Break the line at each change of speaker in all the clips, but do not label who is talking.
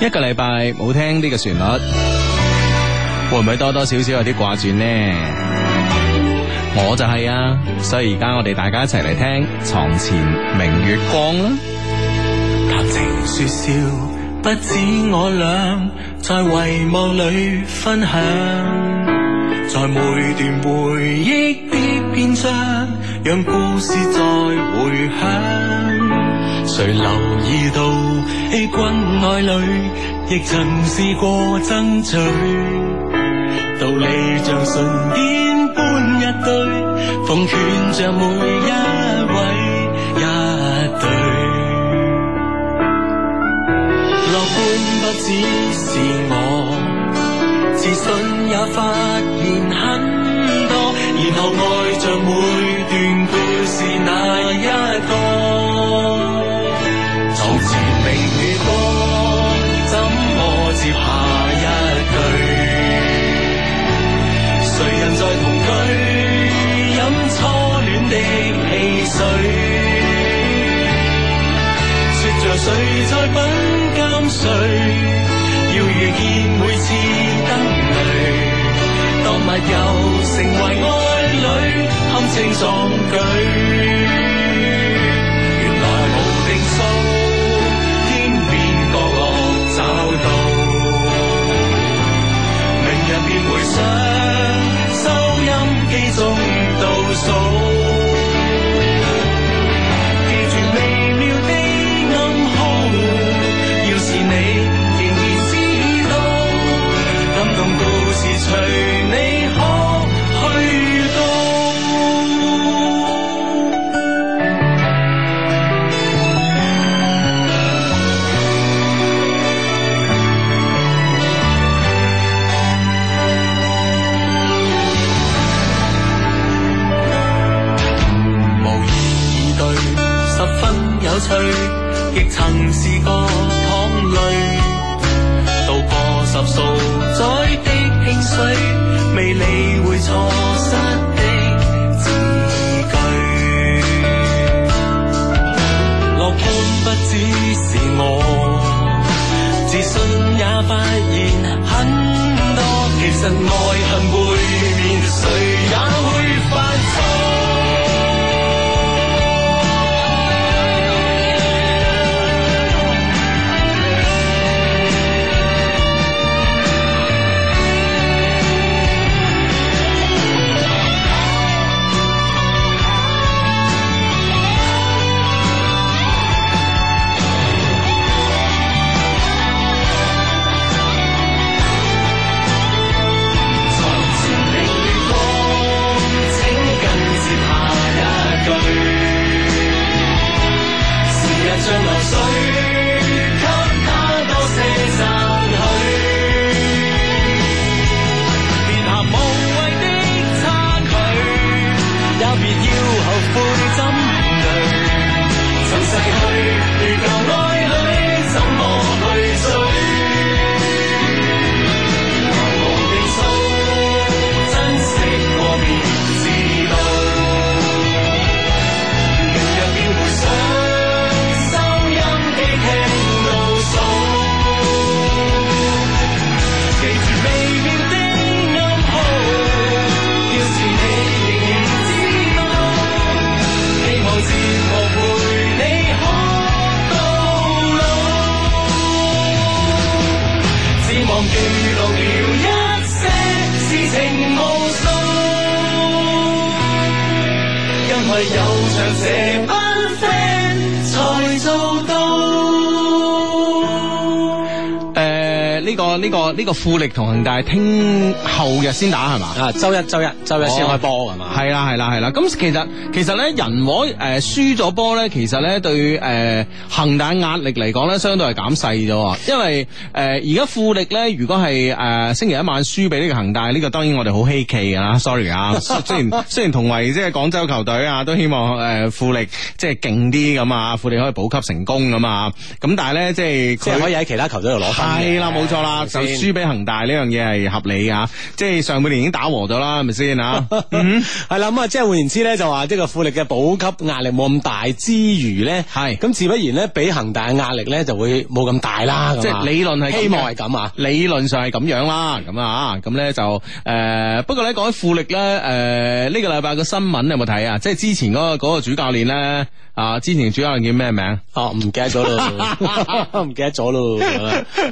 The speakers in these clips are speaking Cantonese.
一個禮拜冇聽呢個旋律，會唔會多多少少有啲掛住呢？我就係啊，所以而家我哋大家一齊嚟聽《床前明月光》啦。
談情說笑，不止我倆，在遺忘裏分享，在每段回憶的篇章，讓故事再回響。誰留意到欺君愛侶，亦曾試過爭取，道理像唇邊般一堆，奉勸着每一位一對。樂觀不只是我，自信也發現很多，然後愛着每段故事那一個。床前明月光，怎麼接下一句？誰人在同居，飲初戀的汽水？說着誰在品鑑誰，要遇見每次燈淚，當密友成為愛侶，堪稱壯舉。原來無定數，天邊角落找到，明日便回想，收音機中倒數。記住微妙的暗號，要是你仍然知道，感動故事隨你可去到。無言以對，十分有趣，亦曾試過淌淚，渡過十數載的興衰，未理會錯失的字句。樂觀不只是我，自信也發現很多，其實愛恨背面，誰也會犯錯。床前明月光，請跟接下一句。時日像流水，給他多些讚許。別談無謂的差距，也別要後悔怎對。曾逝去，如舊愛侶，怎麼去追？無定數，珍惜過便知道。明日便回想，收音機聽倒數。記住微妙的暗號，要是你仍然知道，希望節目陪你可到老。只望記錄了一些事情無數，因為有場這班 friend 才做到。
誒、呃呢、個呢、個呢、個富力同恒大聽後日先打係嘛？哦
啊，周一周一周一先開波係嘛？
係啦係啦係啦，咁其實其實咧人和誒輸咗波咧，其實咧對誒恒大壓力嚟講咧，相對係減細咗，啊因為誒呃而家富力咧，如果係誒、呃星期一晚輸俾呢個恒大，呢、個當然我哋好稀奇㗎啦，sorry 啊，雖然雖然同為即係廣州球隊啊，都希望誒、呃富力即係勁啲咁啊，富力可以保級成功咁啊，咁但係咧即係
即係
佢
可以喺其他球隊度攞分嘅。
係啦，冇錯啦，就
啊係咪先
輸俾恒大呢樣嘢係合理噶，即係上半年已經打和咗啦，係咪先 啊？
系啦，咁啊，即系换言之咧，就話即係個富力嘅保級壓力冇咁大之餘咧，
係
咁自不然咧，俾恒大嘅壓力咧就會冇啊咁大啦。
即
係
係理論係咁嘅
希望係咁啊。
理論上係咁樣啦，咁啊，咁咧就誒、呃不過咧講起富力咧，誒、呢、個禮拜嘅新聞你有冇睇啊？即係之前嗰、個嗰個主教練咧，啊，之前主教練叫咩名？
哦，唔記得咗咯， 唔記得咗咯。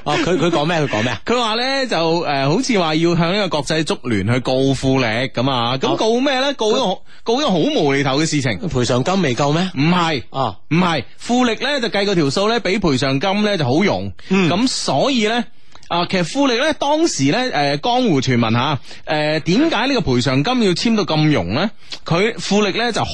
哦，佢佢講咩？佢講咩啊？
佢話咧就誒、呃好似話要向呢個國際足聯去告富力咁啊，咁告咩咧？告一個好告一個好無厘頭嘅事情，
哦賠償金未夠咩？
唔係。
哦，
唔係富力咧就計嗰條數咧，俾賠償金咧就好用，咁、
嗯
所以咧。啊，其實富力咧當時咧，誒、江湖傳聞嚇，誒點解呢個賠償金要簽到咁融咧？佢富力咧就好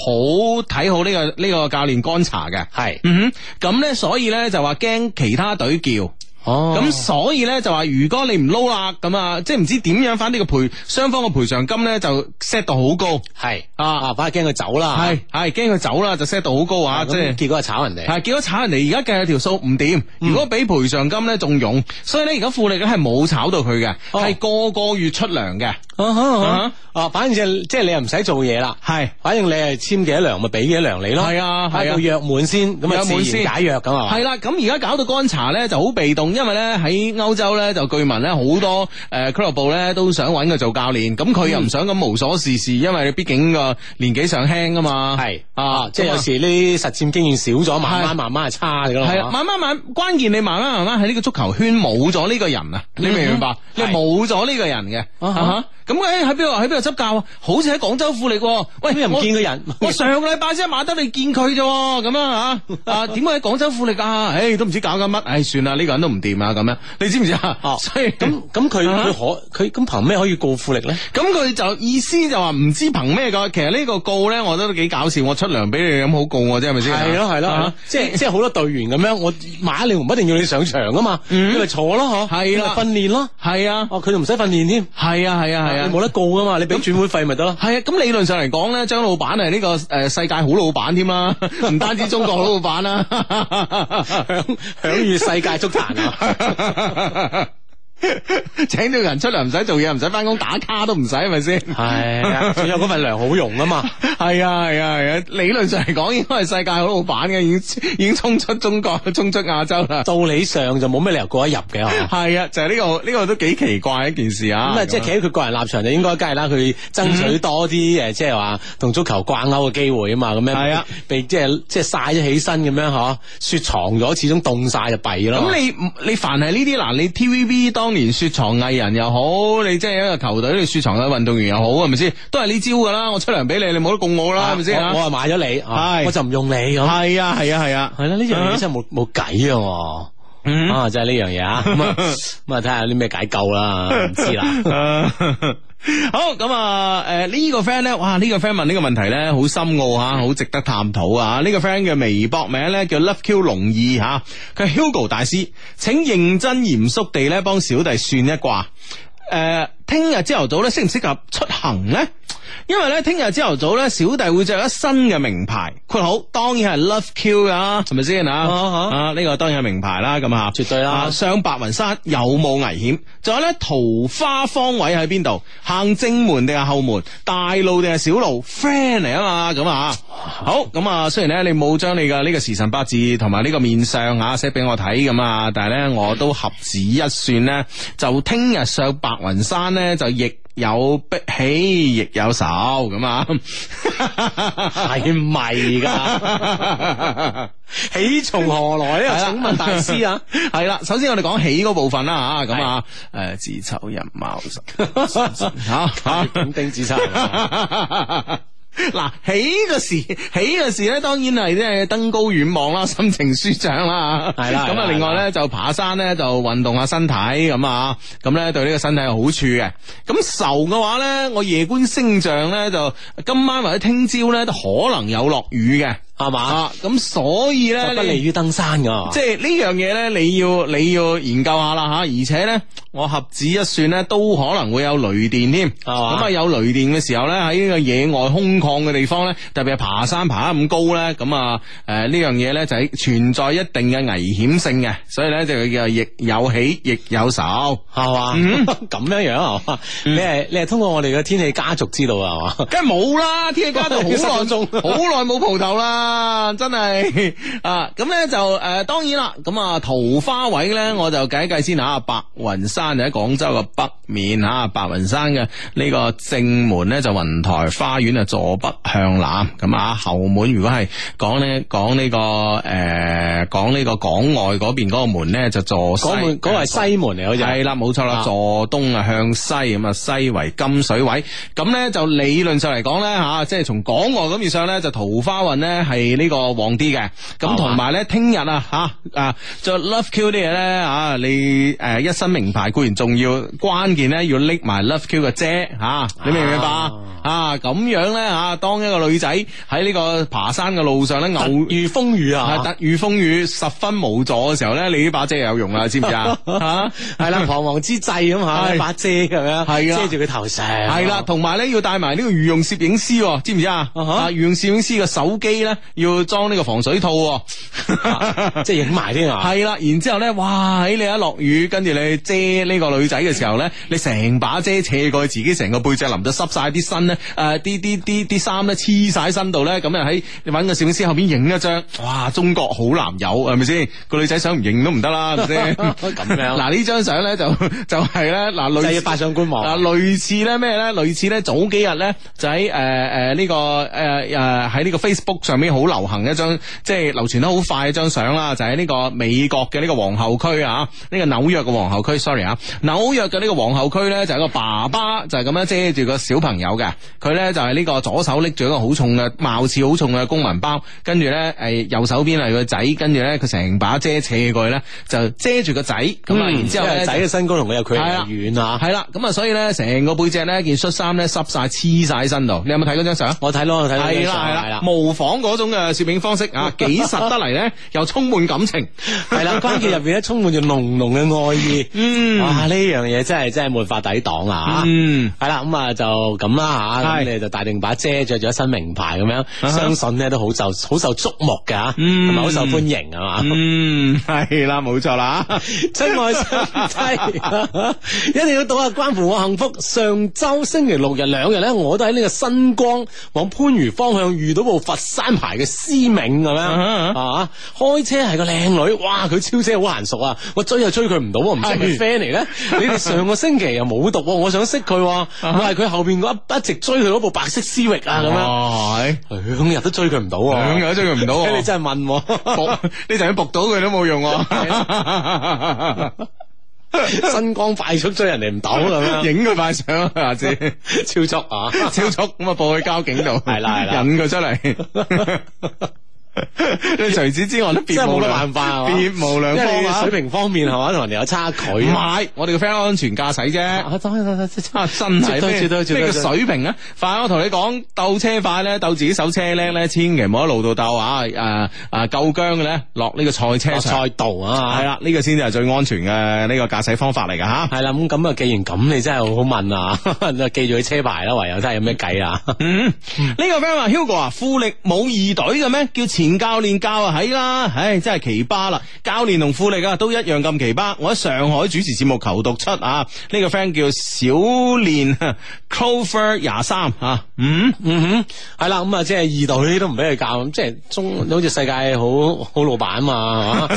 睇好呢、個呢、個教練觀察嘅，
係，
嗯哼，咁咧所以咧就話驚其他隊叫。
哦，
咁所以咧就話，如果你唔撈啦，咁啊，即係唔知點樣翻呢個賠雙方嘅賠償金咧就 set 到好高，
係
啊
啊，反正驚佢走啦。
係係驚佢走啦，就 set 到好高啊，
啊，
即
即
係啊
係。結嗯果係炒人哋。
系，结果炒人哋而家計條數唔掂，如果俾賠償金咧仲勇，所以咧而家富力咧係冇炒到佢嘅，
哦
係個個月出糧嘅，
啊哈
啊
啊哈啊，反正即係你又唔使做嘢啦。
係
反正你係簽幾多糧，咪俾幾多糧你咯。
係啊係啊
喺度約滿先，咁啊
約滿
自
先
然解約咁啊。
係啦，咁而家搞到乾茶咧就好被動，因為咧喺歐洲咧就據聞咧好多诶俱樂部咧都想揾佢做教練，咁
嗯
佢又唔想咁無所事事，因為畢竟個年紀尚輕啊嘛，
系
啊
啊，即系
咁啊
有时呢啲實踐經驗少咗，慢
係
慢慢慢係差嘅咯。
係啊，
嚇
慢慢慢，關鍵你慢慢慢慢喺呢個足球圈冇咗呢個人啊，你明唔明白？你
嗯係
冇咗呢個人嘅，
啊哈
啊哈咁佢喺邊度喺邊度執教啊？好似喺廣州富力喎，喂，
咁又唔
我
見個人
我上個禮拜先喺馬德里見佢啫喎，咁啊吓，啊點解喺廣州富力啊？唉，都唔知搞緊乜，唉，算啦，呢個人都唔掂啊，咁樣，你知唔知啊？
哦，
所以咁。
咁咁佢
啊
佢可佢咁憑咩可以告富力咧？
咁佢就意思就話唔知憑咩噶，其實呢個告咧，我覺得都幾搞笑。我出糧俾你咁好告我啫，係咪先？
係咯係
啊
咯，即係即係好多隊員咁樣，我買你唔一定要你上場噶嘛，你咪坐咯
嗯
嗬，
係啦
你咪訓練咯。
係啊，
哦，佢就唔使訓練添，
係啊，係啊，係啊
你。冇得告噶嘛，你俾轉會費咪得咯。
系啊，咁理論上嚟講咧，張老闆係呢個诶世界好老闆添啦，唔單止中國好老闆 啦，
享享譽世界足壇啊！
請到人出嚟唔使做嘢，唔使翻工打卡都唔使，係咪先？
係啊，仲有嗰份糧好用啊嘛。
係啊係啊係啊，理論上嚟講應該係世界好老闆嘅，已經已 經衝出中國，衝出亞洲啦。
道理上就冇咩理由告一入嘅嚇。
係啊，就係呢個呢個都幾奇怪嘅一件事啊。
咁啊，即係企喺佢個人立場就應該梗係啦，佢爭取 多啲誒，即係話同足球掛鈎嘅機會啊嘛，咁樣
係啊，
被即係即係曬咗起身咁樣嗬，雪藏咗，始終凍晒就弊咯。
咁你你凡係呢啲嗱，你 TVB 當年雪藏藝人又好，你即係一個球隊你雪藏嘅運動員又好，係咪先？都係呢招噶啦，我出糧俾你，你冇得供我啦，係咪先
我我啊買咗你，啊
係
我就唔用你咁。
係啊，係啊，係啊，
係啦，呢樣嘢真係冇冇計啊！
嗯
喎，啊，真係呢樣嘢啊！ 咁啊，咁啊，睇下有啲咩解救啦，唔知啦。
啊 好咁啊！诶、呢、個 friend 咧，哇！呢、個 friend 問呢個問題咧，好深奧吓，好值得探討啊！呢、個 friend 嘅微博名咧叫 Love Q 龍二吓，佢係 Hugo 大師，請認真嚴肅地咧幫小弟算一卦。誒、聽日朝頭早咧適唔適合出行咧？因為咧，聽日朝頭早咧，小弟會着一新嘅名牌，括號當然係 Love Q 噶，係咪先啊？
啊
啊，呢個當然係名牌啦，咁啊，
絕對啦
啊上白雲山有冇危險？仲有咧，桃花方位喺邊度？行正門定係後門？大路定係小路？friend 嚟啊嘛，咁啊，好咁啊。雖然咧你冇將你嘅呢個時辰八字同埋呢個面相啊寫俾我睇咁啊，但係咧我都合指一算咧，就聽日上白雲山咧就亦有不喜，亦有愁咁啊。
係啊咪噶？喜從何來咧？
係啦
請問大 師啊！
系啦，首先我哋講起嗰部分啦吓，咁啊，诶，自丑人貌 吓吓
頂頂自殺係嘛
嗱，起個時，起個時咧，當然係即係登高遠望啦，心情舒暢啦，
係啦係啦
咁啊，另外咧就爬山咧就運動下身體咁啊，咁咧對呢個身體有好處嘅。咁愁嘅話咧，我夜觀星象咧就今晚或者聽朝咧都可能有落雨嘅。
係嘛，
啊，咁所以咧
就不利於登山噶。
即係呢樣嘢咧，你要你要研究下啦吓，而且咧，我合指一算咧，都可能會有雷電添，
係
咁
嘛
啊有雷電嘅時候咧，喺呢個野外空曠嘅地方咧，特別係爬山爬得咁高咧，咁啊誒呢樣嘢咧就係存在一定嘅危險性嘅，所以咧就叫做亦有喜亦有愁。
係嘛， 咁樣樣係嘛，你係你係通過我哋嘅天氣家族知道啊，係嘛，
梗係冇啦，天氣家度好
失
耐
咗
仲
蹤
好耐冇蒲頭啦，真係 啊！咁咧就誒、呃，當然啦，咁啊桃花位咧，我就計一計先吓，白雲山就喺廣州嘅北面吓，白雲山嘅呢個正門咧就雲台花園啊，坐北向南，咁啊後門如果係講呢講呢個誒講呢個港外嗰邊嗰個門咧就坐西，
嗰門嗰個係西門嚟，好似
係啦，冇錯啦，
啊
坐東啊向西咁啊，西為金水位。咁咧就理論上嚟講咧吓，即係從港外咁以上咧，就桃花運咧係呢個旺啲嘅。咁同埋咧，聽日啊吓啊，着 Love Q 啲嘢咧吓，你誒一身名牌固然重要，關鍵咧要拎埋 Love Q 嘅遮吓，你明唔明白啊？啊咁樣咧吓，當一個女仔喺呢個爬山嘅路上咧，偶
突遇風雨啊
係。突遇風雨，十分無助嘅時候咧，你呢把遮有用啦，知唔知 啊？吓
系 啦，彷徨之際咁吓，
係
一把遮咁樣
係啊
遮住佢頭上，
系啦，同埋咧要帶埋呢個御用攝影師喎，知唔知啊？
啊哈
啊，御用攝影師嘅手機咧要裝呢個防水套 喎。
啊，即係影埋添啊，
係啦，然之后咧，哇！喺你一落雨，跟住你遮呢個女仔嘅時候咧，你成把遮斜過去自己，成個背脊淋到濕晒啲身咧，诶、啲啲啲啲衫咧黐晒喺身度咧，咁啊喺你搵個攝影師後边影一張，哇！中國好男友係咪先？個女仔想唔影都唔得啦，係咪先？
咁樣
嗱呢張相咧就就係咧嗱，
就
類
要
似
發上官
啊，
網，
類似咧咩咧？類似咧早幾日咧就喺誒誒呢個誒誒喺呢個 Facebook 上面好流行一張，即係流傳得好快一張相啦，就喺、呢個美國嘅呢個皇后區啊，呢、個紐約嘅皇后區，sorry 啊，紐約嘅呢個皇后區咧就有個爸爸就係咁樣遮住個小朋友嘅，佢咧就係、呢個左手拎住一個好重嘅貌似好重嘅公文包，跟住咧誒右手邊係個仔，跟住咧佢成把遮斜過去咧就遮住個仔，咁啊、
嗯
然之後
因為
咧
仔嘅身高同佢有距
係啦
離遠啊，
系啦，咁啊，所以咧，成個背脊咧，件恤衫咧濕晒黐晒喺身度。你有冇睇嗰張相？啊
我睇咯，我睇
係係模仿嗰種嘅攝影方式 啊，幾實得嚟咧，又充滿感情。
系 啦，關鍵入边咧充滿住濃濃嘅愛意，
嗯
哇，呢樣嘢真係真係沒法抵擋啊！
嗯，
係啦，咁啊就咁啦吓，
係啊
咁你就帶定把遮，着咗一身名牌咁
哈
樣，相信咧都好受好受矚目噶，嚇
嗯
同埋好受歡迎啊嘛。
嗯，系啦，冇錯啦。
亲爱相低，一定要到啊！關乎我幸福。上周星期六日兩日咧，我都喺呢個新光往番禺方向遇到部佛山牌嘅思明咁
啊
樣啊！開車係個靚女，哇！佢超車好娴熟啊！我追又追佢唔到喎，唔知係咪
係
friend 嚟咧？ 你哋上個星期又冇讀喎，我想識佢喎，我係佢後邊嗰一一直追佢嗰部白色思域啊咁樣，哎
哇，係
兩日都哦追佢唔到
兩
喎，哎
個都追佢唔到
你
喎，
真係問我。
仆你就算仆到佢都冇用喎。
新光快速追人哋唔到咁 樣，
影佢塊相啊，下次
超速啊！
超速咁啊，報去交警度，
係啦係啦
引佢出 嚟。你除此之外都別
真係冇
無
得
良
辦法啊！
別無良
因為
方
你
法。
水平方面係嘛，同人哋有差距
唔
啊。
係，我哋嘅 friend 安全駕駛啫。
啊，當然當然即係
啊，真係
絕對
咩
絕對絕對
咩
絕
叫
對
水平啊！快，我同你講，鬥車快咧，鬥自己手車叻咧，千祈唔好一路到鬥啊！誒誒，夠薑嘅咧，落呢個賽車
落
場，
賽道啊，
係啦，呢個先至係最安全嘅呢個駕駛方法嚟㗎吓。
係啦，咁咁啊，既然咁，你真係好好問啊， 就記住佢車牌啦，唯有真係有咩計啊？
嗯，呢個 friend 話 Hugo 啊，富力冇二隊嘅咩？叫前教練教啊，係啦，唉，真係奇葩啦！教練同富力啊，都一樣咁奇葩。我喺上海主持節目求讀出啊，呢、個 friend 叫小練 Clover 廿三啊， 嗯，？
嗯哼，係啦，咁啊，即係二隊都唔俾佢教，咁即係中好似世界好好老闆嘛，係 嘛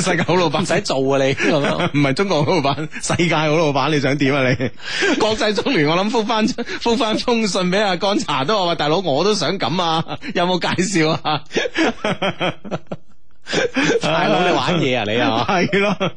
世界好老
唔
闆。
使做啊你咁樣。
唔係中國好老闆，世界好老闆，你想點啊 你？國際中聯我諗覆翻覆翻封信俾阿干查都話喂，大佬我都想咁啊， 有冇介紹啊？
大佬你玩嘢啊你啊
係咯。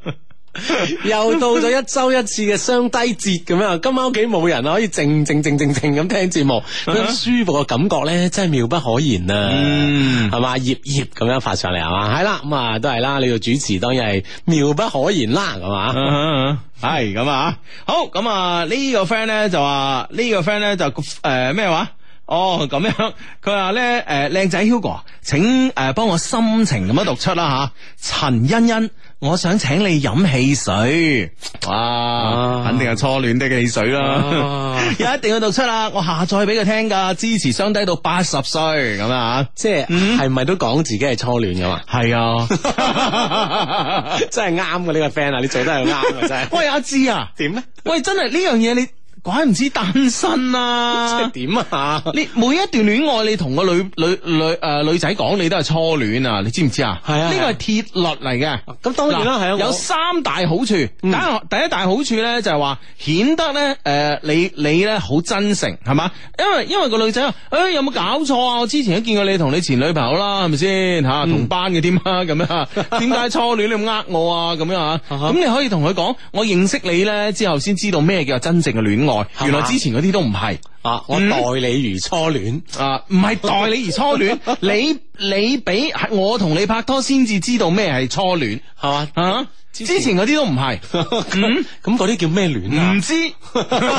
又到咗一周一次嘅雙低節咁樣，今晚屋企冇人啊，可以靜靜靜靜靜咁聽節目，嗰種舒服嘅感覺咧，真係妙不可言啊！
嗯
係嘛，葉葉咁樣發上嚟係嘛，係啦，咁啊都係啦，你做主持當然係妙不可言啦，啊係
嗯
嘛。
系咁啊，好咁啊，呢、個 friend 咧就話呢、個 friend 咧就誒咩話？哦，咁樣，佢話咧，诶，靓仔 Hugo，請诶帮我心情咁樣讀出啦吓。陳欣欣，我想請你飲汽水，哇，肯定係初戀的汽水啦
啊，
一定要讀出啦，我下載俾佢聽噶，支持雙低到八十歲咁啊，
即系系咪都講自己係初戀噶嘛？
係啊，
真係啱嘅呢個 friend 啊，你做得係啱嘅真 係。
喂阿芝啊，
點咧？
喂真係呢樣嘢你怪唔知單身
即
啊
係。點啊？
你每一段戀愛，你同個女女女诶、呃女仔講，你都係初戀啊！你知唔知啊？
係啊
呢個係鐵律嚟嘅。
咁當然啦，
嗱
係啊，
有
我嗯
三大好處。第一第一大好處咧就係話顯得咧诶、呃你你咧好真誠係嘛？因為因為個女仔話誒有冇搞錯啊？我之前都見過你同你前女朋友啦，係咪先
嗯
吓同班嘅添啊？咁樣 啊點解初戀你咁呃我啊？咁樣啊？
啊哈
咁你可以同佢講，我認識你咧之後先知道咩叫真正嘅戀愛，
嘛
原來之前嗰啲都唔係。
啊，我
嗯
待你如初戀。
啊，唔係代你而初 戀，你你俾係我同你拍拖先至知道咩係初戀
係嘛？
啊！之前嗰啲都唔 係，
咁咁嗰啲叫咩戀啊
唔？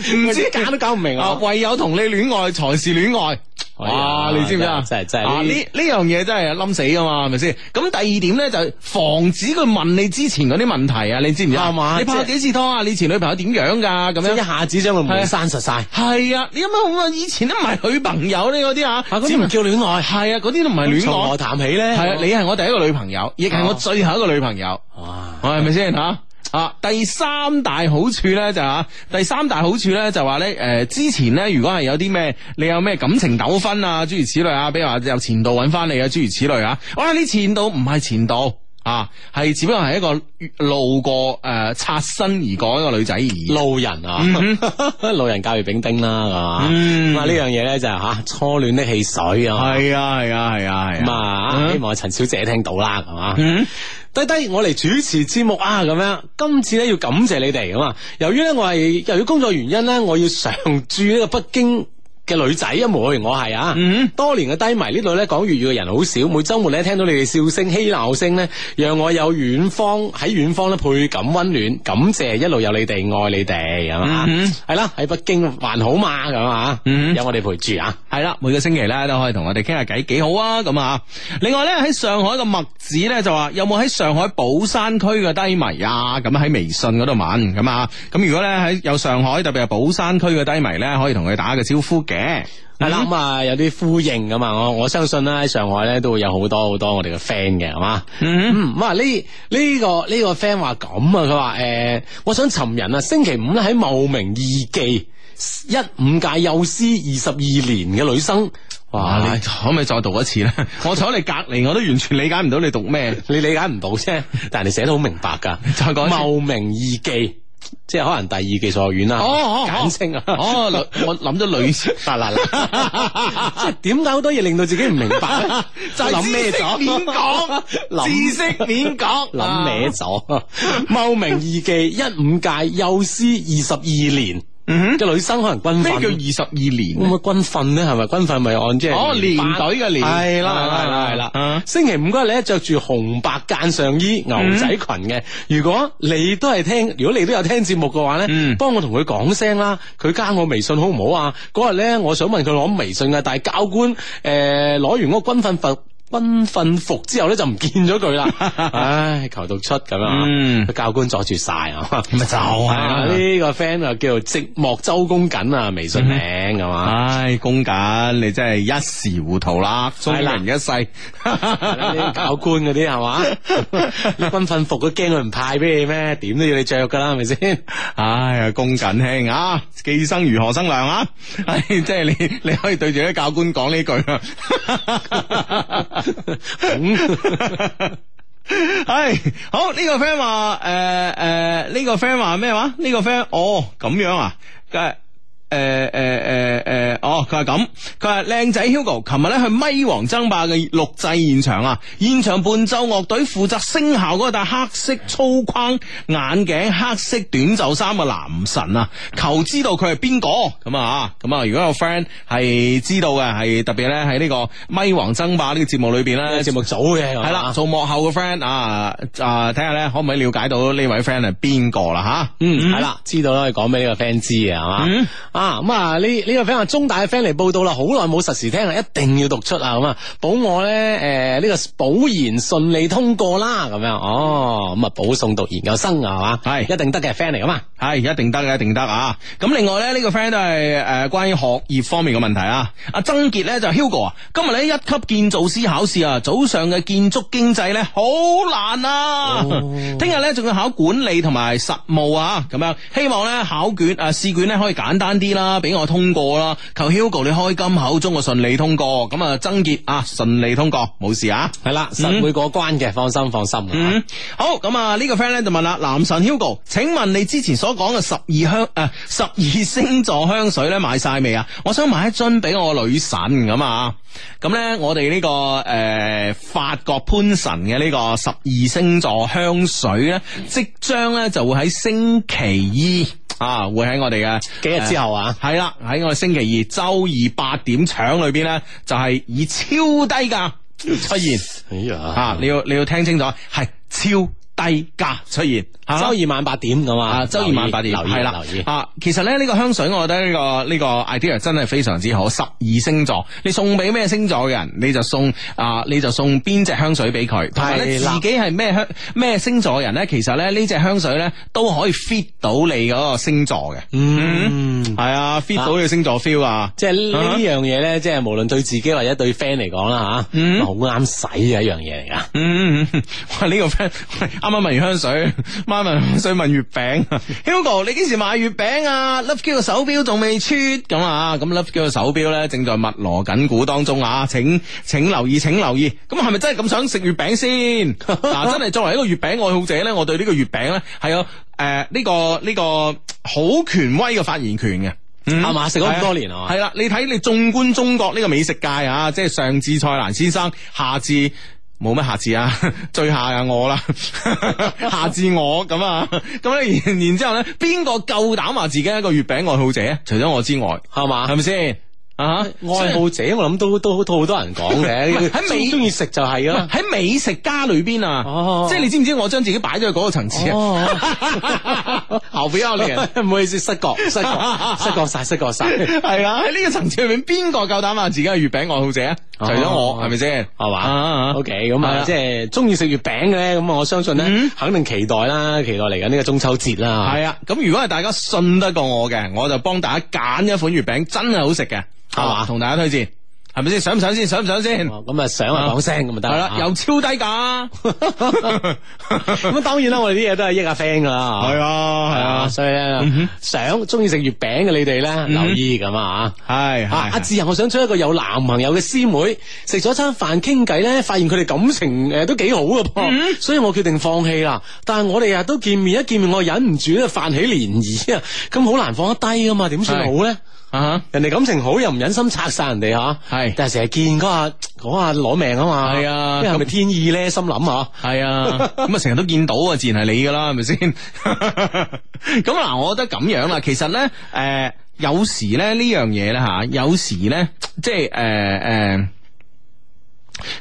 知唔知
假都搞唔明
啊
啊！！
唯有同你戀愛才是戀愛。
哎呀
哇！你知唔知啊？
真係真係
啊！
呢
呢呢樣嘢真係冧死噶啊嘛，係咪先？咁第二點咧就係防止佢問你之前嗰啲問題啊，你知唔知啊？
係嘛
你拍過
即
幾次拖啊？你前女朋友點樣㗎？咁
即係
樣
一。下子將佢門閂實晒，
係啊，你有乜好啊？以前都唔係女朋友呢嗰啲啊，
啊，嗰啲唔叫戀愛，
係啊，嗰啲都唔係戀
從
愛
何。談起咧？
系啊，你係我第一個女朋友，亦
哦
係我最後一個女朋友，
哇！
我係咪先吓？啊，第三大好處咧就吓，第三大好處咧就話咧，诶、之前咧如果係有啲咩，你有咩感情糾紛啊，諸如此類啊，比如話有前度揾翻你啊，諸如此類啊，哇，你前度唔係前度啊，係只不過係一個路過诶、呃擦身而過一個女仔而已。
路人啊，路人甲乙丙丁啦，係嘛？
嗯
咁 啊呢樣嘢咧就係吓初戀的汽水啊，
係啊係啊係啊係
咁啊希望陳小姐聽到啦，係嘛？
嗯
低低，我嚟主持節目啊，咁樣今次咧要感謝你哋咁啊。由於咧我係由於工作原因咧，我要常駐呢個北京。嘅女仔一枚，我係啊，
嗯
多年嘅低迷呢度咧講粵語嘅人好少，每週末咧聽到你哋笑聲、嬉鬧聲咧，讓我有遠方喺遠方咧倍感温暖，感謝一路有你哋，愛你哋咁啊，
嗯
係啦、喺北京還好嘛咁啊，
嗯
有我哋陪住啊，
系啦，每個星期咧都可以同我哋傾下偈，幾好啊咁啊！另外咧喺上海嘅墨子咧就話有冇喺上海寶山區嘅低迷啊？咁喺微信嗰度問咁啊！咁如果咧喺有上海特別係寶山區嘅低迷咧，可以同佢打個招呼嘅。
係啦咁啊，有啲呼應咁啊，我我相信啦喺上海咧都會有好多好多我哋嘅 friend 嘅係嘛。
嗯，
嗯，咁啊呢呢個呢、個 friend 話咁啊，佢話誒，我想尋人啊，星期五咧喺茂名義記一五屆幼師二十二年嘅女生，
哇！
哇！
你
你
可唔可以再讀一次咧？ 我坐你隔離，我都完全理解唔到你讀咩。
你理解唔到啫， 但係你寫得好明白㗎。
再講一次
茂名義記，即係可能第二技術學院啦，
哦哦哦
簡稱 啊。
哦，女我諗咗女，
嗱嗱 嗱，即係點解好多嘢令到自己唔明白咧？
就係
諗咩咗？
知識 面講知識
諗
面講，
諗歪咗。茂名義記一五屆幼師二十二年
嗯
嘅女生，可能軍
咩叫
訓。
二十二年
會唔會軍訓咧？係咪軍訓咪按即係
哦連隊嘅連
係啦
啊
係啦係
啊嗯
啦。星期五嗰日咧着住紅白間上衣、牛仔裙嘅。如果你都係聽，如果你都有聽節目嘅話咧
嗯，
幫我同佢講聲啦。佢加我微信好唔好啊？嗰日咧，我想問佢攞微信嘅，但係教官誒攞完嗰個軍訓服。軍訓服之後咧就唔見咗佢 啦，唉，求讀出咁樣啊，
嗯
個教官阻住晒啊，
咪就係啦
啊呢個 friend 啊叫做寂寞周公瑾啊，微信名
嗯
係嘛，
唉，公瑾，你真係一時糊塗啦，中人一世。
啲教官嗰啲係嘛？你軍訓服都驚佢唔派俾你咩？點都要你着噶啦，係 咪先？
唉呀，公瑾兄啊，既生如何生亮啊？ 唉，即係你你可以對住啲教官講呢句啊。 唉，好呢、個 friend 話诶诶呢個 friend 話咩話？呢、個 friend 哦咁樣啊，佢诶诶诶诶，呃哦，佢話咁，佢話靚仔 Hugo，琴日咧去咪王爭霸嘅錄製現場啊，現場伴奏樂隊負責聲效嗰個戴黑色粗框眼鏡、黑色短袖衫嘅男神啊，求知道佢係邊個咁啊？咁啊，如果有 friend 係知道嘅，係特別咧喺呢個咪王爭霸呢個節目裏邊咧，
節目啊組嘅
系
係
啦，
啦，
做幕後嘅 friend 啊啊，睇下咧可唔可以了解到呢位 friend 係邊個啦吓？
嗯嗯係啦，知道啦，你講俾呢個 friend 知嘅係嘛
嗯？
啊啊，咁啊呢呢個 friend 啊，中大嘅 friend 嚟報道啦，好耐冇實時聽啦，一定要讀出啊，咁啊，保我咧誒呢個保研順利通過啦，咁樣哦，咁啊保送讀研究生啊，係嘛，
係
一定得嘅啊 friend 嚟噶嘛，
係一定得嘅，一定得啊！咁另外咧，呢、個 friend 都係誒關於學業方面嘅問題啊。阿曾傑咧就 Hugo 啊，今日咧一級建造師考試啊，早上嘅建築經濟咧好難啊！聽日咧仲要考管理同埋實務啊，咁樣希望咧考卷啊試卷咧可以簡單啲啦，俾我通過啦。求 Hugo 你開金口，祝我順利通過。咁啊，曾傑啊順利通過，冇事啊！
係啦，實會過關嘅，放心放心啊。
嗯，好咁啊！呢個 friend 咧就問啦，男神 Hugo，請問你之前所講嘅十二香誒十二星座香水咧買晒未啊？我想買一樽俾我女神咁啊！咁咧我哋呢、個誒、呃法國潘神嘅呢個十二星座香水咧，即將咧就會喺星期二啊，會喺我哋嘅呃
幾日之後啊，
係啦，喺我哋星期二周二八點搶裏邊咧，就係、以超低價出現。
哎呀，
啊！你要你要聽清楚，係超低價出現。啊
周二晚八點咁
啊，
啊，
周二晚八點
留意
係啦
留意。
啊，其實咧呢個香水，我覺得呢、個呢、個 idea 真係非常之好。十二星座，你送俾咩星座嘅人，你就送啊，你就送邊隻香水俾佢。同埋咧，
係
自
啦
己係咩香咩星座嘅人咧，其實咧呢隻香水咧都可以 fit 到你嗰個星座嘅。
嗯。
係啊，fit 到你嘅星座 feel 啊！
即係呢呢樣嘢咧，即係無論對自己或者對 friend 嚟講啦吓，好啱使嘅一樣嘢嚟噶。
嗯，嗯哇！呢、個 friend 喂啱啱問完香水，啱問香水問月餅。Hugo，你幾時買月餅啊？Love Q 嘅手錶仲未出咁啊？咁 Love Q 嘅手錶咧正在密鑼緊鼓當中啊！請請留意，請留意。咁係咪真係咁想食月餅先？嗱、真係作為一個月餅愛好者咧，我對呢個月餅咧係有誒呢、個呢、個好權威嘅發言權嘅。
啱嘛？食咗咁多年啊
系，啦，你睇你縱觀中國呢個美食界啊，即係上至蔡瀾先生，下至。冇乜下至啊， 最下啊我啦， 下至我咁啊，咁咧然然之後咧，邊個夠膽話自己係一個月餅愛好者？除咗我之外，
係嘛
係咪先啊？
愛好者我諗都都都好多 人講嘅，
喺
中
美
中意食就係 啦。
啊喺美食家裏邊啊，
哦
即係你知唔知我將自己擺咗去嗰個層次啊？
哦
後邊有 人。
唔好意思，失覺失覺 失覺晒失覺晒，
系啦，喺呢個層次裏面，邊個夠膽話自己係月餅愛好者啊？除咗我，
哦
係咪先？
係
啊
嘛？O K，咁
係啦
啊，即係中意食月餅嘅咧，咁我相信咧，肯定期待啦，期待嚟緊呢個中秋節啦。
系啊，咁如果係大家信得過我嘅，我就幫大家揀一款月餅，真係好食嘅，係嘛，
啊
同大家推薦，係咪先？想唔想先？想唔想先？
哦咁啊，想啊講聲咁啊得
係啦，
啊
又超低價，
咁啊，當然啦，我哋啲嘢都係益下 friend 噶啦。
啊 嗯
係啊，，所以咧，想中意食月餅嘅你哋咧，留意咁啊
係
吓。啊，阿
係
志啊，我想追一個有男朋友嘅師妹，食咗餐飯傾偈咧，發現佢哋感情誒都幾好嘅噃，所以我決定放棄啦。但係我哋日日都見面，一見面我忍唔住咧泛起漣漪啊，咁好難放得低噶嘛，點算好咧？
啊
人哋感情好又唔忍心拆散人哋吓，
係
但係成日見嗰下嗰下攞命啊嘛，
係啊
呢係咪天意咧？心諗吓。
吓，係啊，咁啊成日都見到啊，自然係你噶啦，係咪先？ 咁嗱，我覺得咁樣啦，其實咧，誒，有時咧呢樣嘢咧吓，有時咧，即係誒誒。呃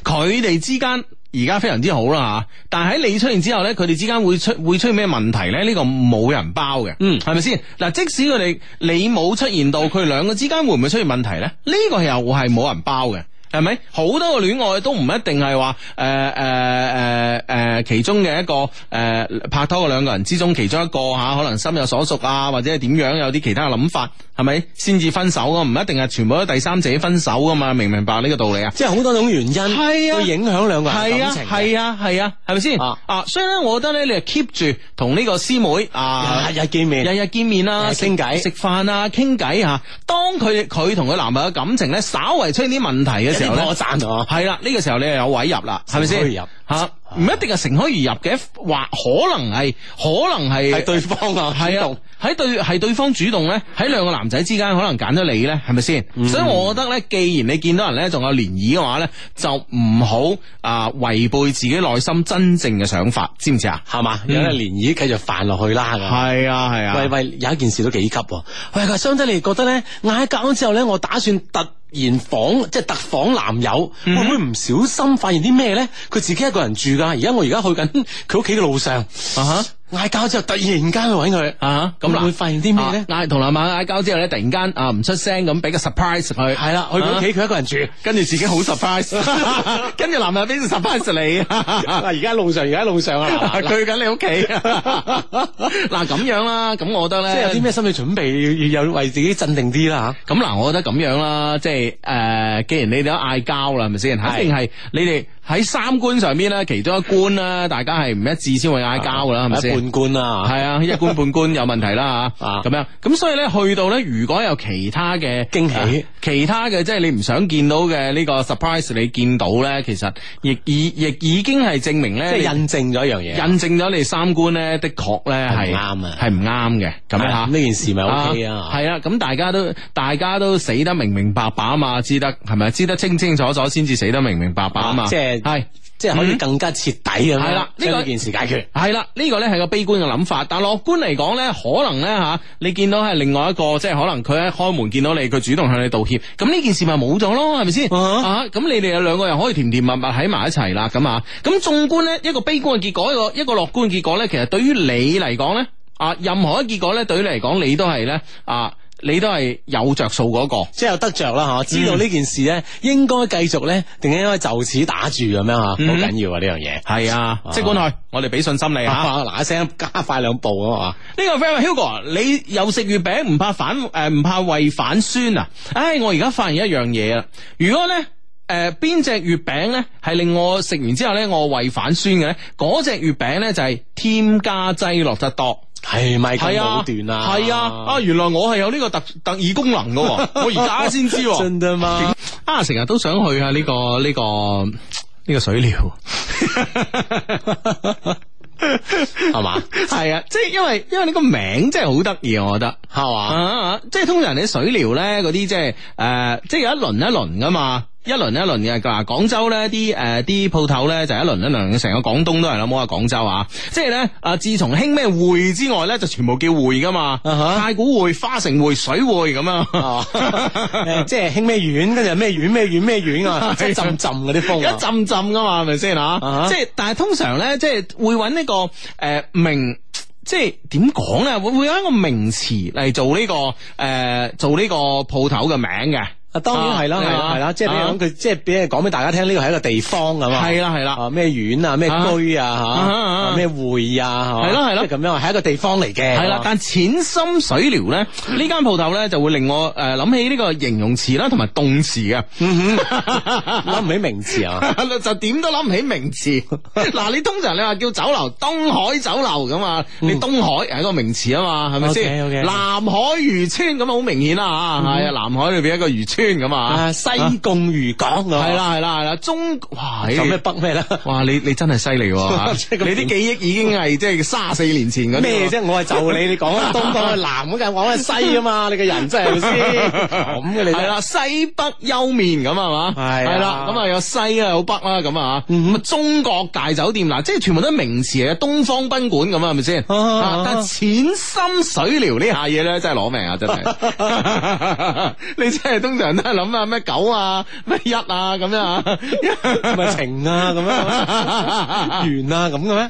佢哋之間而家非常之好啦吓，但係喺你出現之後咧，佢哋之間會出會出現咩問題咧？呢、個冇人包嘅，
嗯
係咪先？嗱，即使佢哋你冇出現到，佢哋兩個之間會唔會出現問題咧？呢、個又係冇人包嘅。係咪好多嘅戀愛都唔一定係話誒誒誒誒其中嘅一個誒、呃拍拖嘅兩個人之中其中一個吓、可能心有所屬啊，或者係點樣有啲其他嘅諗法，係咪先至分手啊？唔一定係全部都第三者分手噶嘛，明唔明白呢個道理啊？
即係好多種原因，
係啊
會影響兩個人
係
感
啊，
情嘅。
係啊，係啊，係咪先？
啊
啊，所以咧，我覺得咧，你係 keep 住同呢個師妹 啊，
日日見面，
日日見面啦，
日日傾偈
食食飯啊，傾偈吓。當佢佢同佢男朋友嘅感情咧，稍為出現啲問題嘅時候咧
我。赞啊！
係啦，呢、個時候你又有位入啦，係咪先？
乘虛而入
吓，唔一定係乘虛而入嘅，或可能係，可能係
係對方啊
係
主
啊
動，
喺對係對方主動咧，喺兩個男仔之間可能揀咗你咧，係咪先？所以我覺得咧，既然你見到人咧仲有漣漪嘅話咧，就唔好啊違背自己內心真正嘅想法，知唔知啊？
係嘛，有啲漣漪繼續泛落去啦咁。
係啊係啊
喂喂，有一件事都幾急喎！喂，佢話相低你哋覺得咧，嗌交咗之後咧，我打算突然訪，即係特訪男友，
嗯
會唔會唔 小心發現啲咩咧？佢自己一個人住㗎，而家我而家去緊佢屋企嘅路上，
啊哈
嗌交之後，突然間去揾佢
啊咁嗱
會發現啲咩咧？
嗌同男朋友嗌交之後咧，突然間啊唔出聲咁俾個 surprise 佢，
係啦，去
啊
佢屋企佢一 個人住。
跟住自己好 surprise，跟住男朋友俾 surprise 你，
嗱，而家路上，而家路 上啊，嗱
佢緊你屋企。 嗱咁樣啦，咁我覺得
即係
咧，
有啲咩心理準備，要要有為自己鎮定啲啦
咁嗱，我覺得咁樣啦，即係誒、呃既然你哋都嗌交啦，係咪先？肯定係你哋喺三觀上邊咧，其中一觀啦，大家係唔一致先會嗌交噶啦，係咪
嚇，
先？
半官啦，
係啊，一觀半觀有問題啦
啊
嚇，咁樣咁所以咧，去到咧，如果有其他嘅
驚喜
啊其他嘅即係你唔想見到嘅呢個 surprise，你見到咧，其實亦已亦已經係證明咧，
即係
你
印證咗一樣嘢，
印證咗你三觀咧，的確咧係
係唔啱啊
係唔啱嘅咁樣嚇
咁。呢件事咪 O K 啊？
啊系啊，咁大家都大家都死得明明白白啊嘛，知得係咪？知得清清楚楚先至死得明明白白啊嘛，
啊即係
係
即係可以更加徹底咁樣
嗯係啦呢個
將呢件事解決。
系啦，呢、個咧係個悲觀嘅諗法，但樂觀嚟講咧，可能咧吓、你見到係另外一個，即係可能佢喺開門見到你，佢主動向你道歉，咁呢件事咪冇咗咯，係咪先？
啊
啊，咁你哋有兩個人可以甜甜蜜蜜喺埋一齊啦，咁啊，咁縱觀咧一個悲觀嘅結果，一個一個樂觀嘅結果咧，其實對於你嚟講咧，啊，任何一個結果咧，對於你嚟講，你都係咧啊，你都係有着數嗰、個。
即係有得着啦
嗯
吓，知道呢件事咧，應該繼續咧，定應該就此打住咁樣吓，好
嗯
緊要啊呢樣嘢。
系啊，即管去，我哋俾信心你吓。呢
嗱一聲加快兩步啊嘛，
個 friend 話 Hugo，啊你又食月餅唔怕反诶唔怕胃反酸啊？唉，我而家發現一樣嘢啦，如果咧。诶，邊只月餅咧係令我食完之後咧，我胃反酸嘅咧？嗰只月餅咧就係添加劑落得多，
係咪咁
係啊，
武斷啊？
係啊，啊，原來我係有呢個特特異功能嘅喎，我而家先知 喎，
真㗎嘛？
啊，成日都想去啊！呢、個呢、個呢、個水療
係嘛
系啊，即係因為因為呢個名真係好得意啊，我覺得。
係嘛？
啊，即係通常你水療咧，嗰啲即係诶，即係有一輪一輪噶嘛。一輪一輪嘅嗱，廣州咧啲誒啲鋪頭咧就一輪一輪嘅，成個廣東都係啦，唔好話廣州啊，即係咧啊，自從興咩匯之外咧，就全部叫匯噶嘛
啊哈
太古匯、花城匯、水匯咁
哦
啊，
誒即係興咩丸，跟住咩丸咩丸 咩丸啊，即係浸浸嗰啲風
一，
啊
浸浸噶嘛，係咪先
哈
吓？即係但係通常咧，即係會揾呢個誒名。即係點講咧？會會有一個名詞嚟做呢、個誒、呃做呢個鋪頭嘅名嘅。
啊當然係啦，
啊
係啦係啦，即係你講佢，即係俾人講俾大家聽，呢個係一個地方咁嘛。
係啦係啦
啊咩院啊咩居啊嚇
啊啊啊
啊，咩會啊
係咯係咯
即係咁樣係一個地方嚟嘅。
係啦，但淺心水療咧，呢間鋪頭咧就會令我誒諗、起呢個形容詞啦，同埋動詞嘅。
嗯 諗唔起名字啊。
就點都諗唔起名字。 嗱，你通常你話叫酒樓東海酒樓咁啊，你東海係一個名詞啊嘛，係咪先？
嗯 OK，OK 嗯
南海漁村咁啊，好明顯啦嚇，係啊，南海裏邊一個漁村咁啊
啊，，西貢漁港咁啊
係，啦係啦係啦，中哇
咁咩
你
北咩啦？
哇你你真係犀利喎！
即係咁
你啲記憶已經係即係三十四年前嗰啲
咩
喎
啫？我係就你，你講緊 東講緊南，咁梗係講緊西啊嘛！你個人真係係咪先咁嘅你真係
系啦，西北休面咁啊係嘛，
係啊嗯
係啦，咁啊有西啊有北啦咁啊，咁啊中國大酒店嗱，即係全部都係名詞嚟嘅，東方賓館咁啊，係咪先？
啊啊
啊但係淺心水療呢下嘢咧，真係攞命啊！真 係，你真係通常都係諗啊咩九啊咩一啊咁樣啊，
咪情啊 咁樣，緣啊咁嘅咩？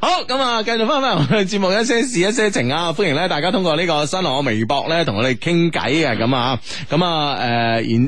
好，咁啊，繼續翻返我哋節目一些事一些情啊，歡迎咧大家通過呢個新浪微博咧同我哋傾偈嘅咁啊，咁啊誒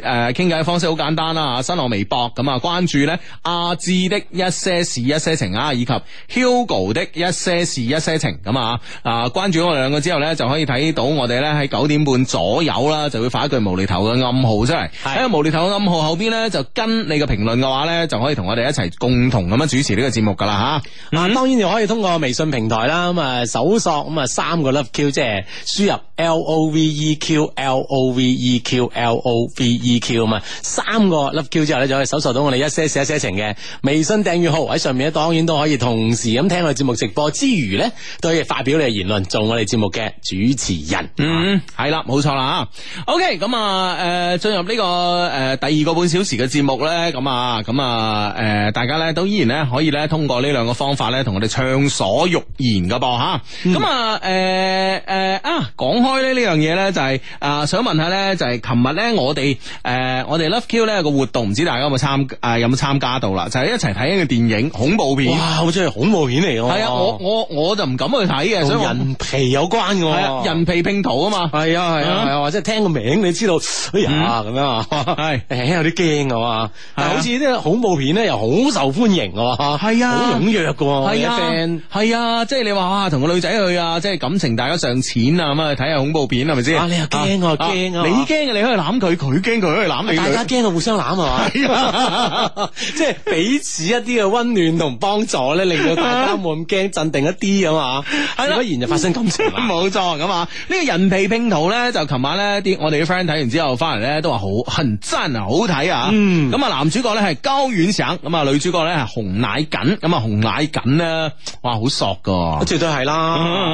然誒傾偈嘅方式好簡單啦啊，新浪微博咁啊關注咧阿志的一些事一些情啊，以及 Hugo 的一些事一些情咁啊啊關注我哋兩個之後咧就可以睇到我哋咧喺九點半左右啦就會發一句無厘頭嘅暗號出嚟，喺個無厘頭嘅暗號後邊咧就跟你嘅評論嘅話咧就可以同我哋一齊共同咁樣主持呢個節目噶啦嚇。
啊，當然就可以通過微信平台啦，咁啊搜索咁啊三個 love q，即係輸入 L O V E Q L O V E Q L O V E Q 咁啊，三個 love q 之後咧就可以搜索到我哋一些事一些情嘅微信訂閱號喺上面咧，當然都可以同時咁聽我哋節目直播之餘咧，都可以發表你嘅言論，做我哋節目嘅主持人。
嗯，系啦，冇錯啦吓。OK，咁啊，诶、进入呢、個个诶、第二個半小時嘅節目咧，咁啊，咁啊，诶、大家咧都依然咧可以咧通過呢兩個嗯呃方法咧，同我哋暢所欲言噶噃吓。咁啊，诶、诶、啊，講開開咧呢樣嘢咧就係啊想問下咧就係琴日咧我哋誒我哋 Love Q 咧有個活動，唔知大家有冇參誒有冇參加到啦？就係一齊睇一個電影恐怖片
哇，。好似係恐怖片嚟嘅喎。
係啊，我我我就唔敢去睇嘅，所以
同
我
人皮有關嘅
係啊
喎。
人皮拼圖啊嘛。
係啊
啊
係啊
嗯
係啊，或者聽個名你知道，哎呀咁樣啊，
係
誒有啲驚嘅嘛。但係
係啊
好似啲恐怖片咧又好受歡迎嘅喎，
係啊
好踴躍嘅喎，
係
我哋啲
啊
哦 friend，
係啊，即係你話哇，同個女仔去啊，即係感情大家上錢啊，咁啊睇下恐怖片係咪先？
啊你又驚我又驚啊
你驚嘅你可以攬佢，佢驚佢可以攬你，
大家
佢
驚啊互相攬係 嘛。
係啊
即係彼此一啲嘅温暖同幫助咧，令到大家冇咁驚，鎮定一啲啊嘛。
係啦
自不然就發生感情啦。
冇錯咁啊！呢個人皮拼圖咧，就琴晚咧啲我哋啲 friend 睇完之後翻嚟咧，都話好很真啊，好睇啊！
嗯
咁啊，男主角咧係高遠省，咁啊女主角咧係紅乃瑾，咁啊紅乃瑾咧，哇好索噶
啊，絕對係
嗯